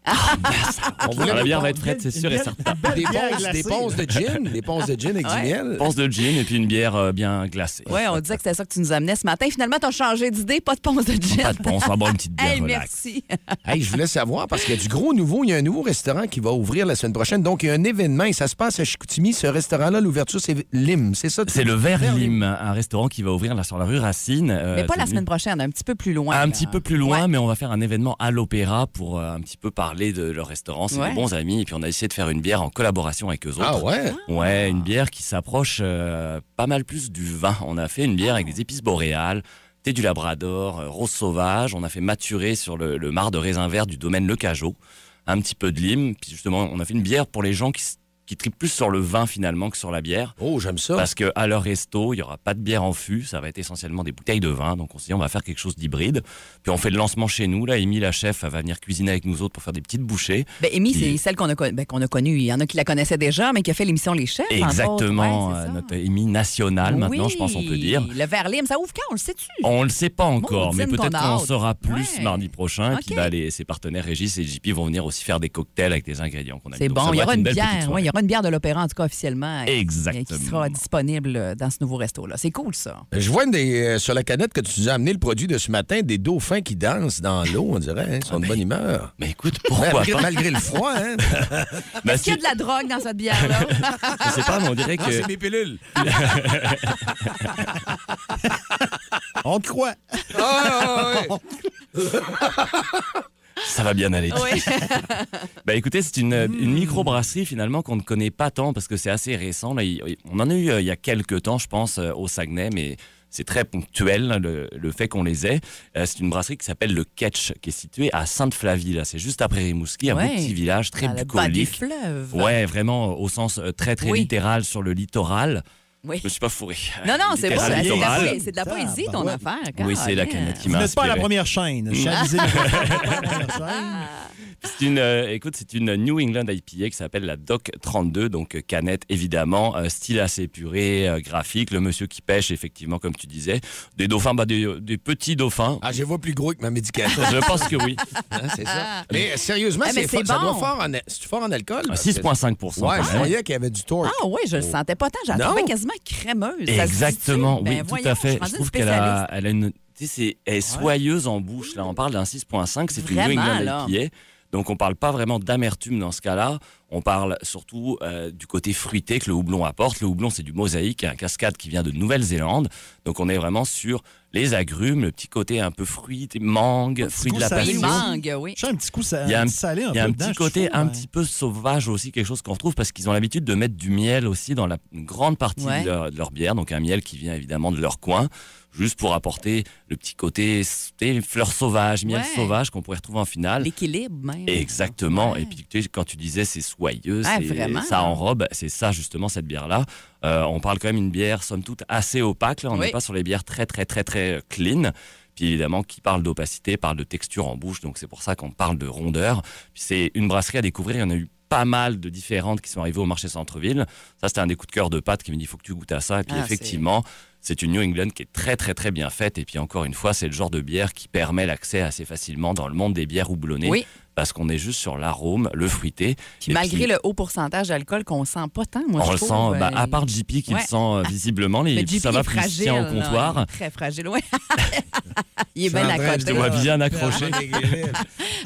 [SPEAKER 4] On va bien, on va être frette, c'est sûr et certain.
[SPEAKER 3] Des
[SPEAKER 6] bière
[SPEAKER 3] ponces, des ponces
[SPEAKER 6] glacée.
[SPEAKER 3] de gin, des ponces de gin avec
[SPEAKER 5] Ouais.
[SPEAKER 3] du miel.
[SPEAKER 4] Pense de gin et puis une bière euh, bien glacée.
[SPEAKER 5] Ouais, on disait que c'était ça que tu nous amenais ce matin. Finalement, t'as changé d'idée, pas de ponce de gin.
[SPEAKER 4] Pas de ponce, on va boire une petite bière
[SPEAKER 5] Hey,
[SPEAKER 4] relax. Euh,
[SPEAKER 5] merci.
[SPEAKER 3] Hey, je voulais savoir parce qu'il y a du gros nouveau. Il y a un nouveau restaurant qui va ouvrir la semaine prochaine. Donc, il y a un événement et ça se passe à Chicoutimi. Ce restaurant-là, l'ouverture, c'est Lim. C'est ça? tu-
[SPEAKER 4] C'est le Vert Lime, un restaurant qui va ouvrir là sur la rue Racine. euh,
[SPEAKER 5] Mais pas la
[SPEAKER 4] tenu-
[SPEAKER 5] semaine prochaine, un petit peu plus loin.
[SPEAKER 4] Un
[SPEAKER 5] là.
[SPEAKER 4] petit peu plus loin,
[SPEAKER 5] Ouais.
[SPEAKER 4] mais on va faire un événement à l'opéra pour euh, un petit peu parler de leur restaurant. C'est
[SPEAKER 5] Ouais.
[SPEAKER 4] des bons amis. Et puis on a essayé de faire une bière en collaboration avec eux autres.
[SPEAKER 3] Ah ouais?
[SPEAKER 4] Ouais, une bière qui s'approche euh, pas mal plus du vin. On a fait une bière
[SPEAKER 5] Ah.
[SPEAKER 4] avec des épices boréales, thé du Labrador, euh, rose sauvage. On a fait maturer sur le, le mar de raisin vert du domaine Le Cajot, un petit peu de lime. Puis justement, on a fait une bière pour les gens qui, s- qui tripent plus sur le vin finalement que sur la bière.
[SPEAKER 3] Oh, j'aime ça.
[SPEAKER 4] Parce que à leur resto, il n'y aura pas de bière en fût, ça va être essentiellement des bouteilles de vin. Donc on s'est dit, on va faire quelque chose d'hybride. Puis on fait le lancement chez nous. Là, Amy, la chef, elle va venir cuisiner avec nous autres pour faire des petites bouchées.
[SPEAKER 5] Ben, Amy, c'est
[SPEAKER 4] Puis-
[SPEAKER 5] celle qu'on a, con- ben, qu'on a connue. Il y en a qui la connaissaient déjà, mais qui a fait l'émission Les Chefs. entre
[SPEAKER 4] Exactement,
[SPEAKER 5] autres. Ouais, c'est
[SPEAKER 4] euh,
[SPEAKER 5] ça.
[SPEAKER 4] notre Amy nationale maintenant, je pense on peut dire.
[SPEAKER 5] Oui, Le verre lime, ça ouvre quand? On le sait-tu?
[SPEAKER 4] On le sait pas encore, mais
[SPEAKER 5] Maudine qu'on
[SPEAKER 4] peut-être
[SPEAKER 5] a
[SPEAKER 4] qu'on
[SPEAKER 5] hâte.
[SPEAKER 4] saura plus
[SPEAKER 5] Ouais.
[SPEAKER 4] mardi prochain. Et Puis
[SPEAKER 5] Ok.
[SPEAKER 4] bah, les, ses partenaires Régis et JP vont venir aussi faire des cocktails avec des ingrédients qu'on a mis.
[SPEAKER 5] C'est
[SPEAKER 4] Donc,
[SPEAKER 5] bon.
[SPEAKER 4] ça
[SPEAKER 5] Il y
[SPEAKER 4] va
[SPEAKER 5] aura
[SPEAKER 4] être
[SPEAKER 5] une,
[SPEAKER 4] belle petite
[SPEAKER 5] bière.
[SPEAKER 4] soirée.
[SPEAKER 5] ouais, il y aura une bière de l'opéra, en tout cas, officiellement. euh, qui-
[SPEAKER 4] Exactement.
[SPEAKER 5] Qui sera disponible euh, dans ce nouveau resto-là. C'est cool, ça.
[SPEAKER 3] Je vois des, euh, sur la canette que tu nous as amené le produit de ce matin, des dauphins qui dansent dans l'eau, on dirait. hein. Ils sont de bonne humeur.
[SPEAKER 4] Mais écoute, pourquoi
[SPEAKER 3] malgré,
[SPEAKER 4] pas
[SPEAKER 3] malgré le froid, hein?
[SPEAKER 4] Bah,
[SPEAKER 5] Est-ce qu'il y a de la drogue dans cette bière-là?
[SPEAKER 4] tu- Je sais pas, mais on dirait que.
[SPEAKER 3] Ah, mes pilules.
[SPEAKER 6] On te croit.
[SPEAKER 3] Ah, ouais.
[SPEAKER 4] Ça va bien aller.
[SPEAKER 5] Oui.
[SPEAKER 4] Bah écoutez, c'est une, une
[SPEAKER 6] Hmm.
[SPEAKER 4] microbrasserie finalement qu'on ne connaît pas tant parce que c'est assez récent. Là, Il- on en a eu euh, il y a quelques temps, je pense, euh, au Saguenay, mais c'est très ponctuel là, le, le fait qu'on les ait. Euh, c'est une brasserie qui s'appelle le Ketch, qui est située à Sainte-Flavie. Là, c'est juste après Rimouski, un
[SPEAKER 5] Ouais.
[SPEAKER 4] beau petit village très
[SPEAKER 5] Dans le bas du
[SPEAKER 4] bucolique.
[SPEAKER 5] fleuve.
[SPEAKER 4] Ouais, vraiment euh, au sens euh, très très
[SPEAKER 5] Oui.
[SPEAKER 4] littéral sur le littoral.
[SPEAKER 5] Oui.
[SPEAKER 4] Je me suis pas fourré.
[SPEAKER 5] Non, non, c'est bon.
[SPEAKER 4] Littéral,
[SPEAKER 5] C'est de la
[SPEAKER 4] littoral.
[SPEAKER 5] poé- c'est de la poésie, ton
[SPEAKER 6] Tabarouette.
[SPEAKER 5] affaire.
[SPEAKER 4] Oui, c'est la canette qui
[SPEAKER 6] Vous
[SPEAKER 4] m'a
[SPEAKER 6] n'êtes pas à la
[SPEAKER 4] inspiré.
[SPEAKER 6] première chaîne. Je suis avisé. Vous n'êtes pas à la première chaîne.
[SPEAKER 4] C'est une, euh, écoute, c'est une New England IPA qui s'appelle la Doc 32, donc euh, canette évidemment, euh, style assez épuré, euh, graphique, le monsieur qui pêche effectivement comme tu disais, des dauphins, bah, des, des petits dauphins.
[SPEAKER 3] Ah, je vois plus gros que ma médication.
[SPEAKER 4] Je pense que oui.
[SPEAKER 3] c'est ça. Mais euh, sérieusement,
[SPEAKER 5] Eh, mais
[SPEAKER 3] c'est
[SPEAKER 5] c'est
[SPEAKER 3] fo- ça doit
[SPEAKER 5] bon.
[SPEAKER 3] fort en, c'est fort en alcool.
[SPEAKER 4] Ah,
[SPEAKER 3] parce que-
[SPEAKER 4] 6,5%.
[SPEAKER 3] Ouais,
[SPEAKER 4] quand
[SPEAKER 3] je
[SPEAKER 4] même.
[SPEAKER 3] voyais qu'il y avait du torque.
[SPEAKER 5] Ah ouais, je le sentais pas tant. J'en
[SPEAKER 3] Non.
[SPEAKER 5] trouvais quasiment crémeuse. Ça se
[SPEAKER 4] Oh. Exactement,
[SPEAKER 5] dit-tu?
[SPEAKER 4] oui,
[SPEAKER 5] Ben
[SPEAKER 4] tout
[SPEAKER 5] voyons,
[SPEAKER 4] à fait.
[SPEAKER 5] suis rendue
[SPEAKER 4] Je trouve
[SPEAKER 5] une
[SPEAKER 4] qu'elle a, elle a une. Tu sais, c'est- elle est soyeuse en bouche. Là, on parle d'un 6,5, c'est une New
[SPEAKER 5] Vraiment,
[SPEAKER 4] England
[SPEAKER 5] là.
[SPEAKER 4] IPA. Donc, on parle pas vraiment d'amertume dans ce cas-là. On parle surtout euh, du côté fruité que le houblon apporte. Le houblon, c'est du mosaïque, un cascade qui vient de Nouvelle-Zélande. Donc, on est vraiment sur les agrumes, le petit côté un peu fruit, mangue, fruit de la
[SPEAKER 5] spécialiste. Il
[SPEAKER 4] passion.
[SPEAKER 5] mangue, oui.
[SPEAKER 11] J'ai un petit coup ça,
[SPEAKER 4] Il y a un
[SPEAKER 11] petit salé un
[SPEAKER 4] Il y a
[SPEAKER 11] peu
[SPEAKER 4] un
[SPEAKER 11] dedans,
[SPEAKER 4] petit
[SPEAKER 11] je
[SPEAKER 4] côté
[SPEAKER 11] trouve,
[SPEAKER 4] un
[SPEAKER 11] ouais.
[SPEAKER 4] petit peu sauvage aussi, quelque chose qu'on retrouve parce qu'ils ont l'habitude de mettre du miel aussi dans la une grande partie
[SPEAKER 5] Ouais.
[SPEAKER 4] de, leur, de leur bière, donc un miel qui vient évidemment de leur coin, juste pour apporter le petit côté s- des fleurs sauvages, miel
[SPEAKER 5] Ouais.
[SPEAKER 4] sauvage qu'on pourrait retrouver en finale.
[SPEAKER 5] L'équilibre, même.
[SPEAKER 4] Exactement.
[SPEAKER 5] hein. Ouais.
[SPEAKER 4] Et puis tu sais, quand tu disais c'est soyeux,
[SPEAKER 5] Ah,
[SPEAKER 4] c'est-
[SPEAKER 5] vraiment.
[SPEAKER 4] ça enrobe, c'est ça justement cette bière-là. Euh, on parle quand même d'une bière somme toute assez opaque. Là, on n'est
[SPEAKER 5] Oui.
[SPEAKER 4] pas sur les bières très très très très euh, clean. Puis évidemment, qui parle d'opacité parle de texture en bouche, donc c'est pour ça qu'on parle de rondeur. Puis c'est une brasserie à découvrir. Il y en a eu pas mal de différentes qui sont arrivées au marché centre-ville. Ça, c'était un des coups de cœur de Pat qui me dit il faut que tu goûtes à ça. Et puis
[SPEAKER 5] Ah,
[SPEAKER 4] effectivement, c'est une New England qui est très très très bien faite. Et puis encore une fois, c'est le genre de bière qui permet l'accès assez facilement dans le monde des bières houblonnées
[SPEAKER 5] Oui,
[SPEAKER 4] parce qu'on est juste sur l'arôme, le fruité.
[SPEAKER 5] puis
[SPEAKER 4] Et
[SPEAKER 5] malgré
[SPEAKER 4] puis,
[SPEAKER 5] le haut pourcentage d'alcool qu'on sent pas tant, moi,
[SPEAKER 4] on
[SPEAKER 5] je
[SPEAKER 4] le
[SPEAKER 5] trouve,
[SPEAKER 4] sent, bah,
[SPEAKER 5] euh,
[SPEAKER 4] à part JP qui
[SPEAKER 5] ouais.
[SPEAKER 4] le sent euh, visiblement, les,
[SPEAKER 5] le JP
[SPEAKER 4] ça va
[SPEAKER 5] est
[SPEAKER 4] plus
[SPEAKER 5] fragile,
[SPEAKER 4] tient au
[SPEAKER 5] là, il est
[SPEAKER 4] comptoir.
[SPEAKER 5] très fragile, oui. il est
[SPEAKER 3] Je suis en
[SPEAKER 5] bien ah,
[SPEAKER 3] train de
[SPEAKER 5] à
[SPEAKER 4] te
[SPEAKER 5] côté.
[SPEAKER 4] vois bien accroché.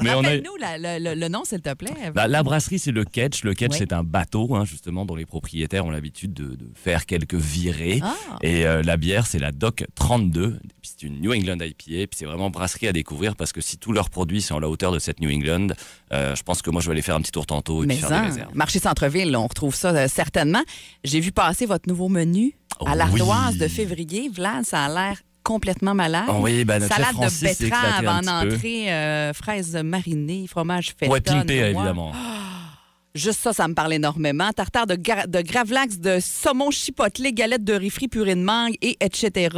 [SPEAKER 4] Mais on a,
[SPEAKER 5] Rappelle-nous la- le, le- le nom, s'il te plaît.
[SPEAKER 4] Bah, la brasserie, c'est le Ketch. Le Ketch,
[SPEAKER 5] Ouais.
[SPEAKER 4] c'est un bateau, hein, justement, dont les propriétaires ont l'habitude de, de faire quelques virées.
[SPEAKER 5] Ah,
[SPEAKER 4] Et euh, la bière, c'est la Doc 32. Et puis, C'est une New England IPA. Puis c'est vraiment brasserie à découvrir parce que si tous leurs produits sont à la hauteur de cette New England, euh, je pense que moi, je vais aller faire un petit tour tantôt et puis
[SPEAKER 5] mais hein.
[SPEAKER 4] faire
[SPEAKER 5] en,
[SPEAKER 4] des réserves.
[SPEAKER 5] marché centre-ville, on retrouve ça euh, certainement. J'ai vu passer votre nouveau menu à
[SPEAKER 4] Oh,
[SPEAKER 5] l'ardoise
[SPEAKER 4] oui.
[SPEAKER 5] de février. Vlad, ça a l'air complètement malade.
[SPEAKER 4] Oh oui, bah, notre chef
[SPEAKER 5] Salade de
[SPEAKER 4] Francis s'est éclaté
[SPEAKER 5] betterave
[SPEAKER 4] un
[SPEAKER 5] en
[SPEAKER 4] petit peu.
[SPEAKER 5] entrée, euh, fraises marinées, fromage feta.
[SPEAKER 4] Ouais, pimpé,
[SPEAKER 5] noix.
[SPEAKER 4] évidemment.
[SPEAKER 5] Juste ça, ça me parle énormément. Tartare de, gra- de gravlax, de saumon chipotelé, galette de riz frit, purée de mangue et etc.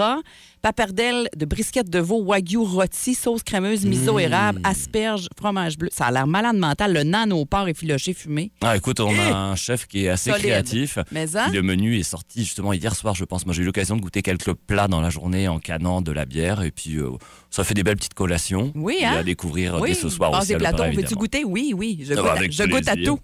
[SPEAKER 5] Papardelle de brisquette de veau, wagyu rôti, sauce crémeuse, miso
[SPEAKER 4] Mmh.
[SPEAKER 5] érable, asperges, fromage bleu. Ça a l'air malade mental. Le nan au porc effiloché fumé.
[SPEAKER 4] Ah, écoute, on a un chef qui est assez
[SPEAKER 5] Eh Solide.
[SPEAKER 4] créatif.
[SPEAKER 5] Mais hein? ça,
[SPEAKER 4] Puis Le menu est sorti justement hier soir, je pense. Moi, j'ai eu l'occasion de goûter quelques plats dans la journée en canant de la bière. Et puis, euh, ça fait des belles petites collations.
[SPEAKER 5] Oui,
[SPEAKER 4] Et
[SPEAKER 5] hein?
[SPEAKER 4] à découvrir euh,
[SPEAKER 5] oui.
[SPEAKER 4] dès ce soir
[SPEAKER 5] Ah,
[SPEAKER 4] aussi.
[SPEAKER 5] des
[SPEAKER 4] à l'Opéra,
[SPEAKER 5] plateaux, veux-tu
[SPEAKER 4] évidemment.
[SPEAKER 5] goûter? Oui, oui, je
[SPEAKER 4] Ah,
[SPEAKER 5] goûte, à-
[SPEAKER 4] avec
[SPEAKER 5] je goûte à
[SPEAKER 4] plaisir.
[SPEAKER 5] tout.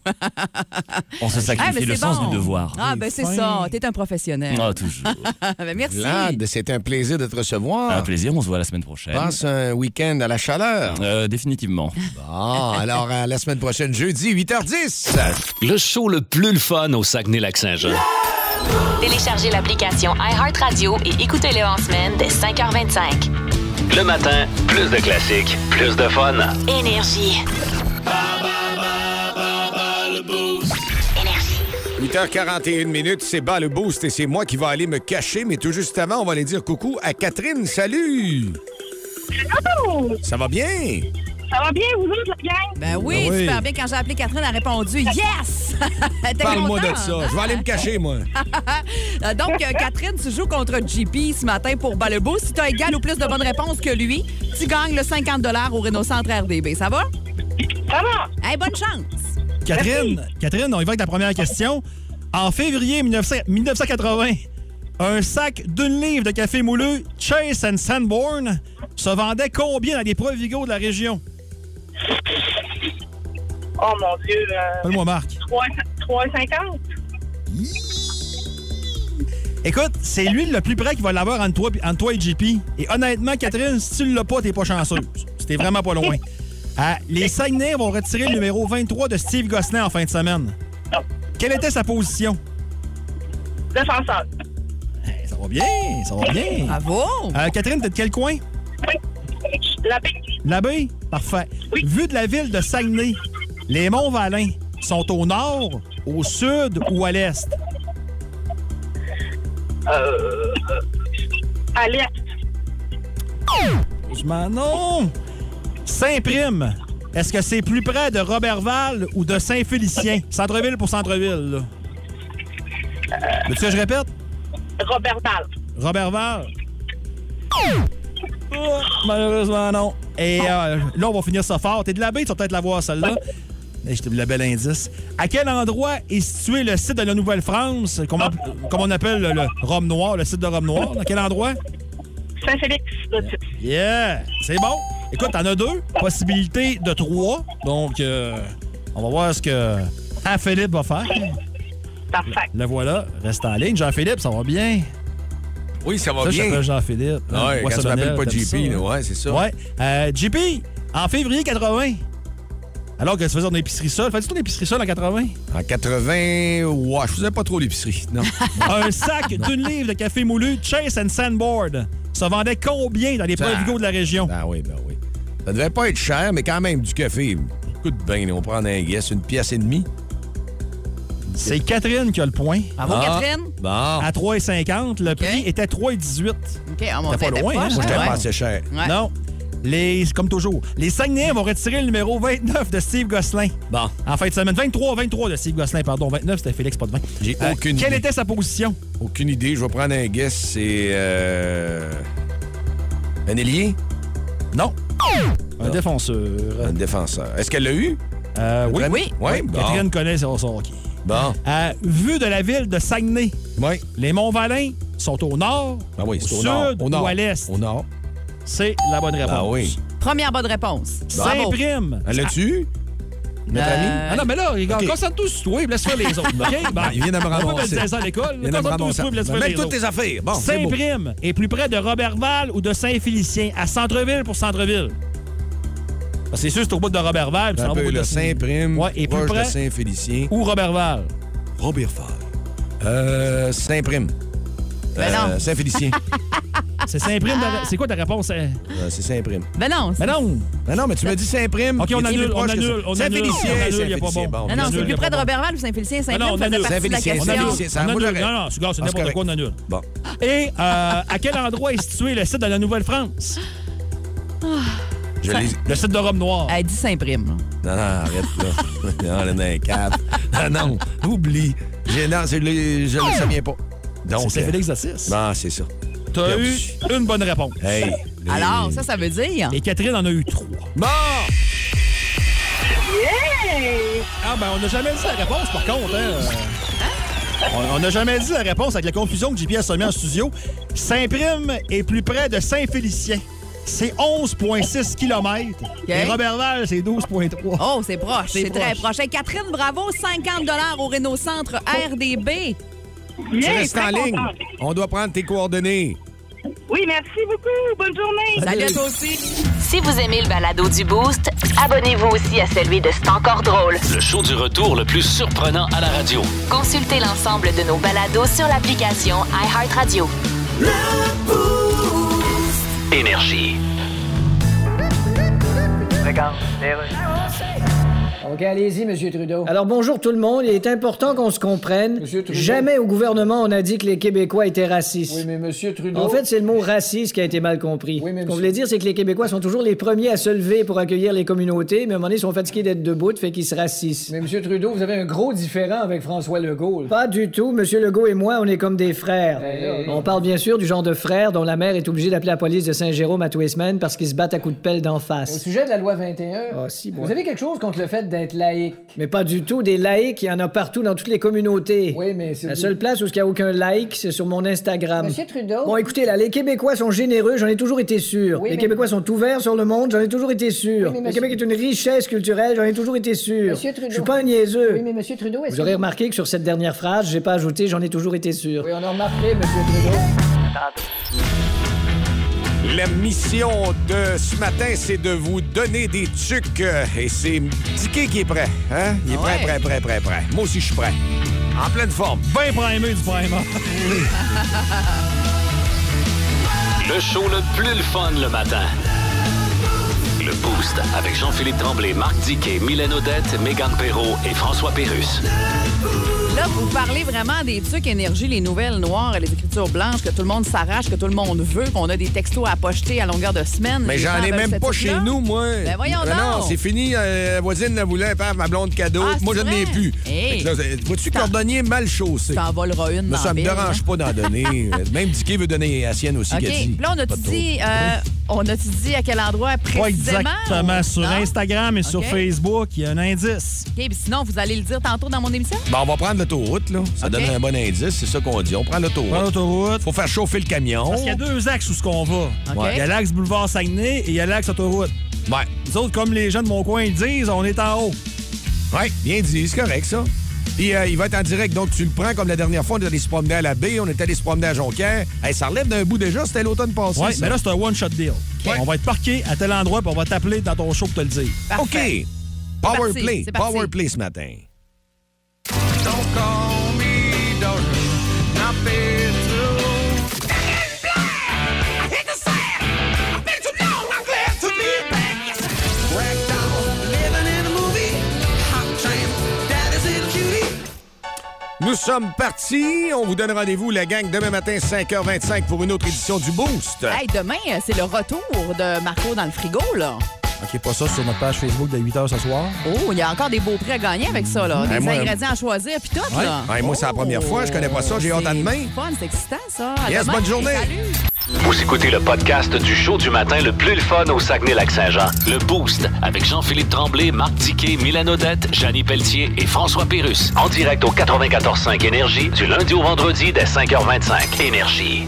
[SPEAKER 4] On se
[SPEAKER 5] Ah,
[SPEAKER 4] sacrifie
[SPEAKER 5] mais
[SPEAKER 4] le
[SPEAKER 5] c'est
[SPEAKER 4] sens
[SPEAKER 5] bon.
[SPEAKER 4] du devoir.
[SPEAKER 5] Ah, ben c'est
[SPEAKER 11] Fin.
[SPEAKER 5] ça, t'es un professionnel.
[SPEAKER 4] Ah, toujours.
[SPEAKER 5] Ben, merci.
[SPEAKER 3] Vlad, c'est un plaisir de te
[SPEAKER 4] Un
[SPEAKER 3] recevoir.
[SPEAKER 4] Ah, plaisir, on se voit la semaine prochaine.
[SPEAKER 5] Hein
[SPEAKER 3] Passe un week-end à la chaleur.
[SPEAKER 4] Euh, définitivement.
[SPEAKER 3] Bon, alors à la semaine prochaine, jeudi, 8h10.
[SPEAKER 2] Le show le plus le fun au Saguenay-Lac-Saint-Jean.
[SPEAKER 1] Téléchargez l'application iHeartRadio et écoutez-le en semaine dès 5h25.
[SPEAKER 2] Le matin, plus de classiques, plus de fun.
[SPEAKER 1] Énergie. Énergie.
[SPEAKER 3] 8h41 minutes, c'est bas le boost et c'est moi qui va aller me cacher, mais tout juste avant, on va aller dire coucou à Catherine. Salut!
[SPEAKER 6] Oh,
[SPEAKER 3] Ça va bien?
[SPEAKER 6] ça va bien, vous autres, la gang?
[SPEAKER 5] Ben oui,
[SPEAKER 11] Ben oui.
[SPEAKER 5] super bien. Quand j'ai appelé Catherine, elle a répondu Yes! Elle était
[SPEAKER 3] Parle-moi de
[SPEAKER 5] contente.
[SPEAKER 3] ça. Je vais aller me cacher, moi.
[SPEAKER 5] Euh, Donc, euh, Catherine, tu joues contre JP ce matin pour Balebo. Si tu as égal ou plus de bonnes réponses que lui, tu gagnes le 50 au Renault Centre RDB. Ça va?
[SPEAKER 6] Ça va?
[SPEAKER 5] Hey, bonne chance!
[SPEAKER 11] Catherine, Catherine, on y va avec la première question. En février 1900 1980, un sac d'une livre de café mouleux, Chase and Sanborn, se vendait combien dans les Provigo de la région?
[SPEAKER 6] Oh mon Dieu, euh,
[SPEAKER 11] Appelle-moi Marc.
[SPEAKER 6] 3 3,50?
[SPEAKER 11] Écoute, c'est lui le plus près qui va l'avoir entre toi, entre toi et JP. Et honnêtement, Catherine, si tu l'as pas, t'es pas chanceuse. C'était vraiment pas loin. Ah, les Saguenay vont retirer le numéro 23 de Steve Gosselin en fin de semaine. Quelle était sa position?
[SPEAKER 6] Défenseur.
[SPEAKER 11] Eh, ça va bien, ça va bien.
[SPEAKER 5] Bravo!
[SPEAKER 4] Ah.
[SPEAKER 11] Euh, Catherine, t'es de quel coin?
[SPEAKER 6] La pique.
[SPEAKER 11] L'abbé? Parfait. Vue de la ville de Saguenay, les monts Valin sont au nord, au sud ou à l'est?
[SPEAKER 6] Euh, Alerte.
[SPEAKER 11] Je m'en non! Saint-Prime, est-ce que c'est plus près de Robertval ou de Saint-Félicien? Centre-ville pour centre-ville, là. Veux-tu que je répète?
[SPEAKER 6] Robert Ball.
[SPEAKER 11] Robertval.
[SPEAKER 4] Oh, malheureusement, non. Et euh, là, on va finir ça fort. T'es de la baie, tu vas peut-être la voir, celle-là. Et je te le bel indice. À quel endroit est situé le site de la Nouvelle-France, comme, on- comme on appelle le, le Rome Noir, le site de Rome Noir? À quel endroit?
[SPEAKER 9] Saint-Félix d'Autis.
[SPEAKER 4] Yeah! C'est bon! Écoute, t'en as deux. Possibilité de trois. Donc, euh, on va voir ce que Jean-Philippe va faire.
[SPEAKER 9] Parfait.
[SPEAKER 4] Le voilà. Reste en ligne. Jean-Philippe, ça va bien?
[SPEAKER 3] Oui, ça va
[SPEAKER 4] Ça, je
[SPEAKER 3] bien.
[SPEAKER 4] t'appelle Jean-Philippe.
[SPEAKER 3] Ouais,
[SPEAKER 4] Hein,
[SPEAKER 3] quand tu
[SPEAKER 4] Boissonnel,
[SPEAKER 3] m'appelles pas
[SPEAKER 4] t'aimes
[SPEAKER 3] JP,
[SPEAKER 4] ça,
[SPEAKER 3] là,
[SPEAKER 4] hein?
[SPEAKER 3] ouais, c'est ça.
[SPEAKER 4] Ouais. Euh, JP, en février 80, alors que tu faisais ton épicerie seule, fais-tu ton épicerie seule en 80?
[SPEAKER 3] En 80, ouais, je faisais pas trop l'épicerie. Non.
[SPEAKER 4] Un sac d'une livre de café moulu Chase and Sandboard. Ça vendait combien dans les
[SPEAKER 3] Ça-
[SPEAKER 4] points Vigo de la région?
[SPEAKER 3] Ah oui, ben oui. Ça devait pas être cher, mais quand même, du café. Écoute bien, là, on prend un guess, une pièce et demie.
[SPEAKER 4] C'est Catherine qui a le point.
[SPEAKER 5] Bravo, Catherine.
[SPEAKER 3] Ah. Bon.
[SPEAKER 4] À 3,50, le prix était 3,18.
[SPEAKER 5] OK, ah, mon
[SPEAKER 4] T'es
[SPEAKER 5] Dieu,
[SPEAKER 4] pas
[SPEAKER 5] t'es
[SPEAKER 4] loin, hein?
[SPEAKER 5] proche,
[SPEAKER 3] Moi, j'étais
[SPEAKER 5] hein?
[SPEAKER 3] pas assez cher.
[SPEAKER 5] Ouais.
[SPEAKER 4] Non. Les, comme toujours, les Saguenayens vont retirer le numéro 29 de Steve Gosselin.
[SPEAKER 3] Bon.
[SPEAKER 4] En fin de semaine, 23, 23 de Steve Gosselin, pardon. 29, c'était Félix, pas de 20.
[SPEAKER 3] J'ai aucune
[SPEAKER 4] Quelle
[SPEAKER 3] idée.
[SPEAKER 4] était sa position?
[SPEAKER 3] Aucune idée. Je vais prendre un guess. C'est. Euh... Un ailier?
[SPEAKER 4] Non. Un défenseur.
[SPEAKER 3] Un défenseur. Est-ce qu'elle l'a eu?
[SPEAKER 4] Euh, oui.
[SPEAKER 3] Vraiment? Oui, bon.
[SPEAKER 4] Catherine connaît son son hockey.
[SPEAKER 3] Bon.
[SPEAKER 4] Euh, vue de la ville de Saguenay,
[SPEAKER 3] Oui.
[SPEAKER 4] les Monts-Valin sont au nord,
[SPEAKER 3] Ah oui,
[SPEAKER 4] au
[SPEAKER 3] c'est au
[SPEAKER 4] sud
[SPEAKER 3] nord. Au nord.
[SPEAKER 4] ou à l'est.
[SPEAKER 3] Au nord.
[SPEAKER 4] C'est la bonne réponse.
[SPEAKER 3] Ah oui.
[SPEAKER 5] Première bonne réponse. Bravo.
[SPEAKER 4] Saint-Prime.
[SPEAKER 3] Elle l'a-tu eu? Notre
[SPEAKER 5] Euh,
[SPEAKER 3] ami?
[SPEAKER 4] Ah non, mais là, regarde,
[SPEAKER 3] Ok. Ah,
[SPEAKER 4] concentre-toi sur toi, puis laisse faire les autres. OK? Ben,
[SPEAKER 3] il vient de me
[SPEAKER 4] On peut
[SPEAKER 3] ramasser.
[SPEAKER 4] mettre ça à l'école.
[SPEAKER 3] Il y en a vraiment
[SPEAKER 4] Concentre-toi sur
[SPEAKER 3] ça. Ben,
[SPEAKER 4] toi, puis laisse faire
[SPEAKER 3] Mets
[SPEAKER 4] les
[SPEAKER 3] toutes
[SPEAKER 4] autres.
[SPEAKER 3] tes affaires. Bon, c'est beau.
[SPEAKER 4] Saint-Prime est plus près de Robertval ou de Saint-Félicien, à Centreville pour Centreville. Parce que C'est sûr, c'est au bout de Robertval.
[SPEAKER 3] Un
[SPEAKER 4] puis ça va au
[SPEAKER 3] peu,
[SPEAKER 4] bout de
[SPEAKER 3] là, Saint-Prime,
[SPEAKER 4] Ouais, et plus
[SPEAKER 3] proche de
[SPEAKER 4] près
[SPEAKER 3] Saint-Félicien.
[SPEAKER 4] ou Robertval.
[SPEAKER 3] Robert Ford. Euh, Saint-Prime.
[SPEAKER 5] Ben non.
[SPEAKER 3] Saint-Félicien.
[SPEAKER 4] C'est Saint-Prime. de- C'est quoi ta réponse? euh?
[SPEAKER 3] Euh, c'est Saint-Prime.
[SPEAKER 5] Ben non, c'est-
[SPEAKER 4] Ben non!
[SPEAKER 3] Non, non, mais tu m'as dit Saint-Prime.
[SPEAKER 4] OK, on
[SPEAKER 3] Es-tu
[SPEAKER 4] annule,
[SPEAKER 3] plus
[SPEAKER 4] on
[SPEAKER 3] proche que ça?
[SPEAKER 4] annule, on annule.
[SPEAKER 3] Saint-Félicien,
[SPEAKER 4] on annule, il y a pas
[SPEAKER 3] Saint-Félicien,
[SPEAKER 4] bon.
[SPEAKER 5] Ben
[SPEAKER 3] on
[SPEAKER 5] non,
[SPEAKER 4] annule,
[SPEAKER 5] c'est
[SPEAKER 3] annule.
[SPEAKER 5] plus
[SPEAKER 4] là,
[SPEAKER 5] près
[SPEAKER 4] pas
[SPEAKER 5] de
[SPEAKER 4] bon.
[SPEAKER 5] Robertval ou Saint-Félicien.
[SPEAKER 4] Ah non, on
[SPEAKER 5] Saint-Prime faisait
[SPEAKER 4] annule.
[SPEAKER 5] partie de la
[SPEAKER 3] Saint-Félicien,
[SPEAKER 5] question.
[SPEAKER 4] On
[SPEAKER 3] Saint-Félicien.
[SPEAKER 4] annule.
[SPEAKER 3] c'est-
[SPEAKER 4] On annule.
[SPEAKER 3] moi, j'aurais-
[SPEAKER 4] Non, non, c'est grave, c'est
[SPEAKER 3] Ah, c'est
[SPEAKER 4] n'importe quoi, on
[SPEAKER 3] correct.
[SPEAKER 4] annule.
[SPEAKER 3] Bon.
[SPEAKER 4] Et euh, à quel endroit est situé le site de la Nouvelle-France?
[SPEAKER 3] Je l'ai...
[SPEAKER 4] Le site de Rome Noire.
[SPEAKER 5] Elle dit Saint-Prime.
[SPEAKER 3] Non, non, arrête, là. non, on est un cap. Ah non, oublie. J'ai... Non, c'est le- je ne savais pas. Donc,
[SPEAKER 4] C'est
[SPEAKER 3] euh,
[SPEAKER 4] Félix Assis.
[SPEAKER 3] Non, c'est ça.
[SPEAKER 4] T'as eu
[SPEAKER 3] perdu.
[SPEAKER 4] une bonne réponse.
[SPEAKER 3] Hey.
[SPEAKER 5] Alors,
[SPEAKER 3] les-
[SPEAKER 5] ça, ça veut dire.
[SPEAKER 4] Et Catherine en a eu trois.
[SPEAKER 3] Bon!
[SPEAKER 4] Ah, ben, on n'a jamais dit la réponse, par contre. Hein? On on n'a jamais dit la réponse avec la confusion que JP a semée en studio. Saint-Prime est plus près de Saint-Félicien. C'est 11,6 km. Et Robertval, c'est 12,3.
[SPEAKER 5] Oh, c'est proche,
[SPEAKER 4] C'est
[SPEAKER 5] c'est très
[SPEAKER 4] proche.
[SPEAKER 5] proche. Hey, Catherine, bravo, 50 au Renault Centre RDB.
[SPEAKER 3] Tu
[SPEAKER 9] Yeah,
[SPEAKER 3] restes
[SPEAKER 9] très
[SPEAKER 3] en ligne.
[SPEAKER 9] contente.
[SPEAKER 3] On doit prendre tes coordonnées.
[SPEAKER 9] Oui, merci beaucoup. Bonne journée.
[SPEAKER 5] Salut à toi aussi.
[SPEAKER 1] Si vous aimez le balado du Boost, abonnez-vous aussi à celui de C'est encore drôle.
[SPEAKER 2] Le show du retour le plus surprenant à la radio.
[SPEAKER 1] Consultez l'ensemble de nos balados sur l'application iHeartRadio.
[SPEAKER 2] Énergie.
[SPEAKER 7] OK, allez-y, Monsieur Trudeau.
[SPEAKER 8] Alors bonjour tout le monde, il est important qu'on se comprenne.
[SPEAKER 7] Monsieur Trudeau.
[SPEAKER 8] Jamais au gouvernement on a dit que les Québécois étaient racistes.
[SPEAKER 7] Oui, mais Monsieur Trudeau.
[SPEAKER 8] En fait, c'est le mot raciste qui a été mal compris.
[SPEAKER 7] Oh. Oui, mais
[SPEAKER 8] Ce qu'on
[SPEAKER 7] monsieur-
[SPEAKER 8] voulait dire, c'est que les Québécois sont toujours les premiers à se lever pour accueillir les communautés, mais à un moment donné, ils sont fatigués d'être debout, de fait qu'ils se racissent.
[SPEAKER 7] mais Monsieur Trudeau, vous avez un gros différent avec François Legault.
[SPEAKER 8] Pas du tout. Monsieur Legault et moi, on est comme des frères.
[SPEAKER 7] Ben, là,
[SPEAKER 8] on parle bien sûr du genre de frères dont la mère est obligée d'appeler la police de Saint-Jérôme à tous les semaines parce qu'ils se battent à coups de pelle d'en
[SPEAKER 7] Au
[SPEAKER 8] face.
[SPEAKER 7] sujet de la loi 21,
[SPEAKER 8] Ah, si, moi.
[SPEAKER 7] vous avez quelque chose contre le fait d'être laïque.
[SPEAKER 8] Mais pas du tout. Des laïcs, il y en a partout dans toutes les communautés.
[SPEAKER 7] Oui, mais c'est.
[SPEAKER 8] La seule place où il n'y a aucun like, c'est sur mon Instagram.
[SPEAKER 7] Monsieur Trudeau.
[SPEAKER 8] Bon, écoutez, là, les Québécois sont généreux, j'en ai toujours été sûr.
[SPEAKER 7] Oui,
[SPEAKER 8] les
[SPEAKER 7] mais-
[SPEAKER 8] Québécois sont ouverts sur le monde, j'en ai toujours été sûr.
[SPEAKER 7] Oui, mais
[SPEAKER 8] Le
[SPEAKER 7] monsieur-
[SPEAKER 8] Québec est une richesse culturelle, j'en ai toujours été sûr.
[SPEAKER 7] Monsieur Trudeau.
[SPEAKER 8] Je suis pas un niaiseux.
[SPEAKER 7] Oui, mais Monsieur Trudeau, est-ce
[SPEAKER 8] Vous aurez
[SPEAKER 7] que-
[SPEAKER 8] remarqué que sur cette dernière phrase, j'ai pas ajouté j'en ai toujours été sûr.
[SPEAKER 7] Oui, on a remarqué, Monsieur Trudeau.
[SPEAKER 3] La mission de ce matin, c'est de vous donner des trucs. euh, Et c'est Dicky qui est prêt. Hein? Il est prêt, prêt, prêt, prêt, prêt. Moi aussi, je suis prêt. En pleine forme.
[SPEAKER 4] Bien primé du primer.
[SPEAKER 2] Le show le plus le fun le matin. Le Boost avec Jean-Philippe Tremblay, Marc Diquet, Mylène Odette, Megan Perrault et François Pérus.
[SPEAKER 5] Là, vous parlez vraiment des trucs énergie, les nouvelles noires et les écritures blanches que tout le monde s'arrache, que tout le monde veut, qu'on a des textos à pocheter à longueur de semaine.
[SPEAKER 3] Mais
[SPEAKER 5] Les
[SPEAKER 3] j'en
[SPEAKER 5] gens
[SPEAKER 3] ai
[SPEAKER 5] veulent
[SPEAKER 3] même
[SPEAKER 5] cette
[SPEAKER 3] pas
[SPEAKER 5] truc-là.
[SPEAKER 3] chez nous, moi.
[SPEAKER 5] Ben voyons
[SPEAKER 3] Ah Non,
[SPEAKER 5] donc.
[SPEAKER 3] c'est fini. euh, la voisine la voulait faire ma blonde cadeau.
[SPEAKER 5] Ah,
[SPEAKER 3] moi, je
[SPEAKER 5] c'est
[SPEAKER 3] n'ai
[SPEAKER 5] vrai?
[SPEAKER 3] plus. Fait
[SPEAKER 5] Hey.
[SPEAKER 3] que là, c'est- Vois-tu,
[SPEAKER 5] T'en-
[SPEAKER 3] cordonnier mal
[SPEAKER 5] Tu
[SPEAKER 3] chaussé.
[SPEAKER 5] t'en voleras une
[SPEAKER 3] Mais
[SPEAKER 5] dans
[SPEAKER 3] ça
[SPEAKER 5] la
[SPEAKER 3] me
[SPEAKER 5] ville,
[SPEAKER 3] dérange
[SPEAKER 5] hein.
[SPEAKER 3] pas d'en donner. même Dicky veut donner la sienne aussi,
[SPEAKER 5] OK.
[SPEAKER 3] qu'elle dit.
[SPEAKER 5] Puis là, on a
[SPEAKER 3] Pas
[SPEAKER 5] tout
[SPEAKER 3] trop.
[SPEAKER 5] dit, euh, On a-tu dit à quel
[SPEAKER 4] Pas
[SPEAKER 5] endroit précisément?
[SPEAKER 4] exactement. Sur
[SPEAKER 5] Non?
[SPEAKER 4] Instagram et sur
[SPEAKER 5] OK.
[SPEAKER 4] Facebook, il y a un indice.
[SPEAKER 5] OK, puis sinon, vous allez le dire tantôt dans mon émission?
[SPEAKER 3] Ben, on va prendre l'autoroute, là. Ça
[SPEAKER 5] OK.
[SPEAKER 3] donne un bon indice, c'est ça qu'on dit. On prend l'autoroute.
[SPEAKER 4] Prends l'autoroute.
[SPEAKER 3] Faut faire chauffer le camion.
[SPEAKER 4] Parce qu'il y a deux axes où ce qu'on va. Il
[SPEAKER 3] Ouais.
[SPEAKER 4] y a l'axe boulevard Saguenay et il y a l'axe autoroute.
[SPEAKER 3] Ouais.
[SPEAKER 4] Nous autres, comme les gens de mon coin ils disent, on est en haut.
[SPEAKER 3] Ouais, bien dit, c'est correct, ça. Puis euh, il va être en direct, donc tu le prends comme la dernière fois, on est allé se promener à la baie, on est allé se promener à Jonquière. Hey, ça relève d'un bout déjà, c'était l'automne passé.
[SPEAKER 4] Ouais,
[SPEAKER 3] ça.
[SPEAKER 4] mais là, c'est un one-shot deal. On va être parqué à tel endroit, puis on va t'appeler dans ton show pour te le dire.
[SPEAKER 3] OK. Power play. Power play ce matin. Nous sommes partis. On vous donne rendez-vous, la gang, demain matin, 5h25 pour une autre édition du Boost.
[SPEAKER 5] Hey, demain, euh, c'est le retour de Marco dans le frigo, là.
[SPEAKER 4] OK, pas ça sur notre page Facebook de 8h ce soir.
[SPEAKER 5] Oh, il y a encore des beaux prix à gagner avec ça, là.
[SPEAKER 4] Hey,
[SPEAKER 5] des
[SPEAKER 4] moi,
[SPEAKER 5] ingrédients à choisir, puis tout,
[SPEAKER 4] Ouais.
[SPEAKER 3] Ben,
[SPEAKER 5] là. Oh,
[SPEAKER 3] Ouais, Ben, moi, c'est la première fois, je connais pas ça, j'ai hâte à demain.
[SPEAKER 5] C'est fun, c'est excitant, ça. À
[SPEAKER 3] Yes,
[SPEAKER 5] demain.
[SPEAKER 3] bonne journée.
[SPEAKER 5] Salut.
[SPEAKER 2] Vous écoutez le podcast du show du matin le plus le fun au Saguenay-Lac-Saint-Jean. Le Boost avec Jean-Philippe Tremblay, Marc Tiquet, Milan Odette, Janine Pelletier et François Pérus. En direct au 94.5 Énergie du lundi au vendredi dès 5h25. Énergie.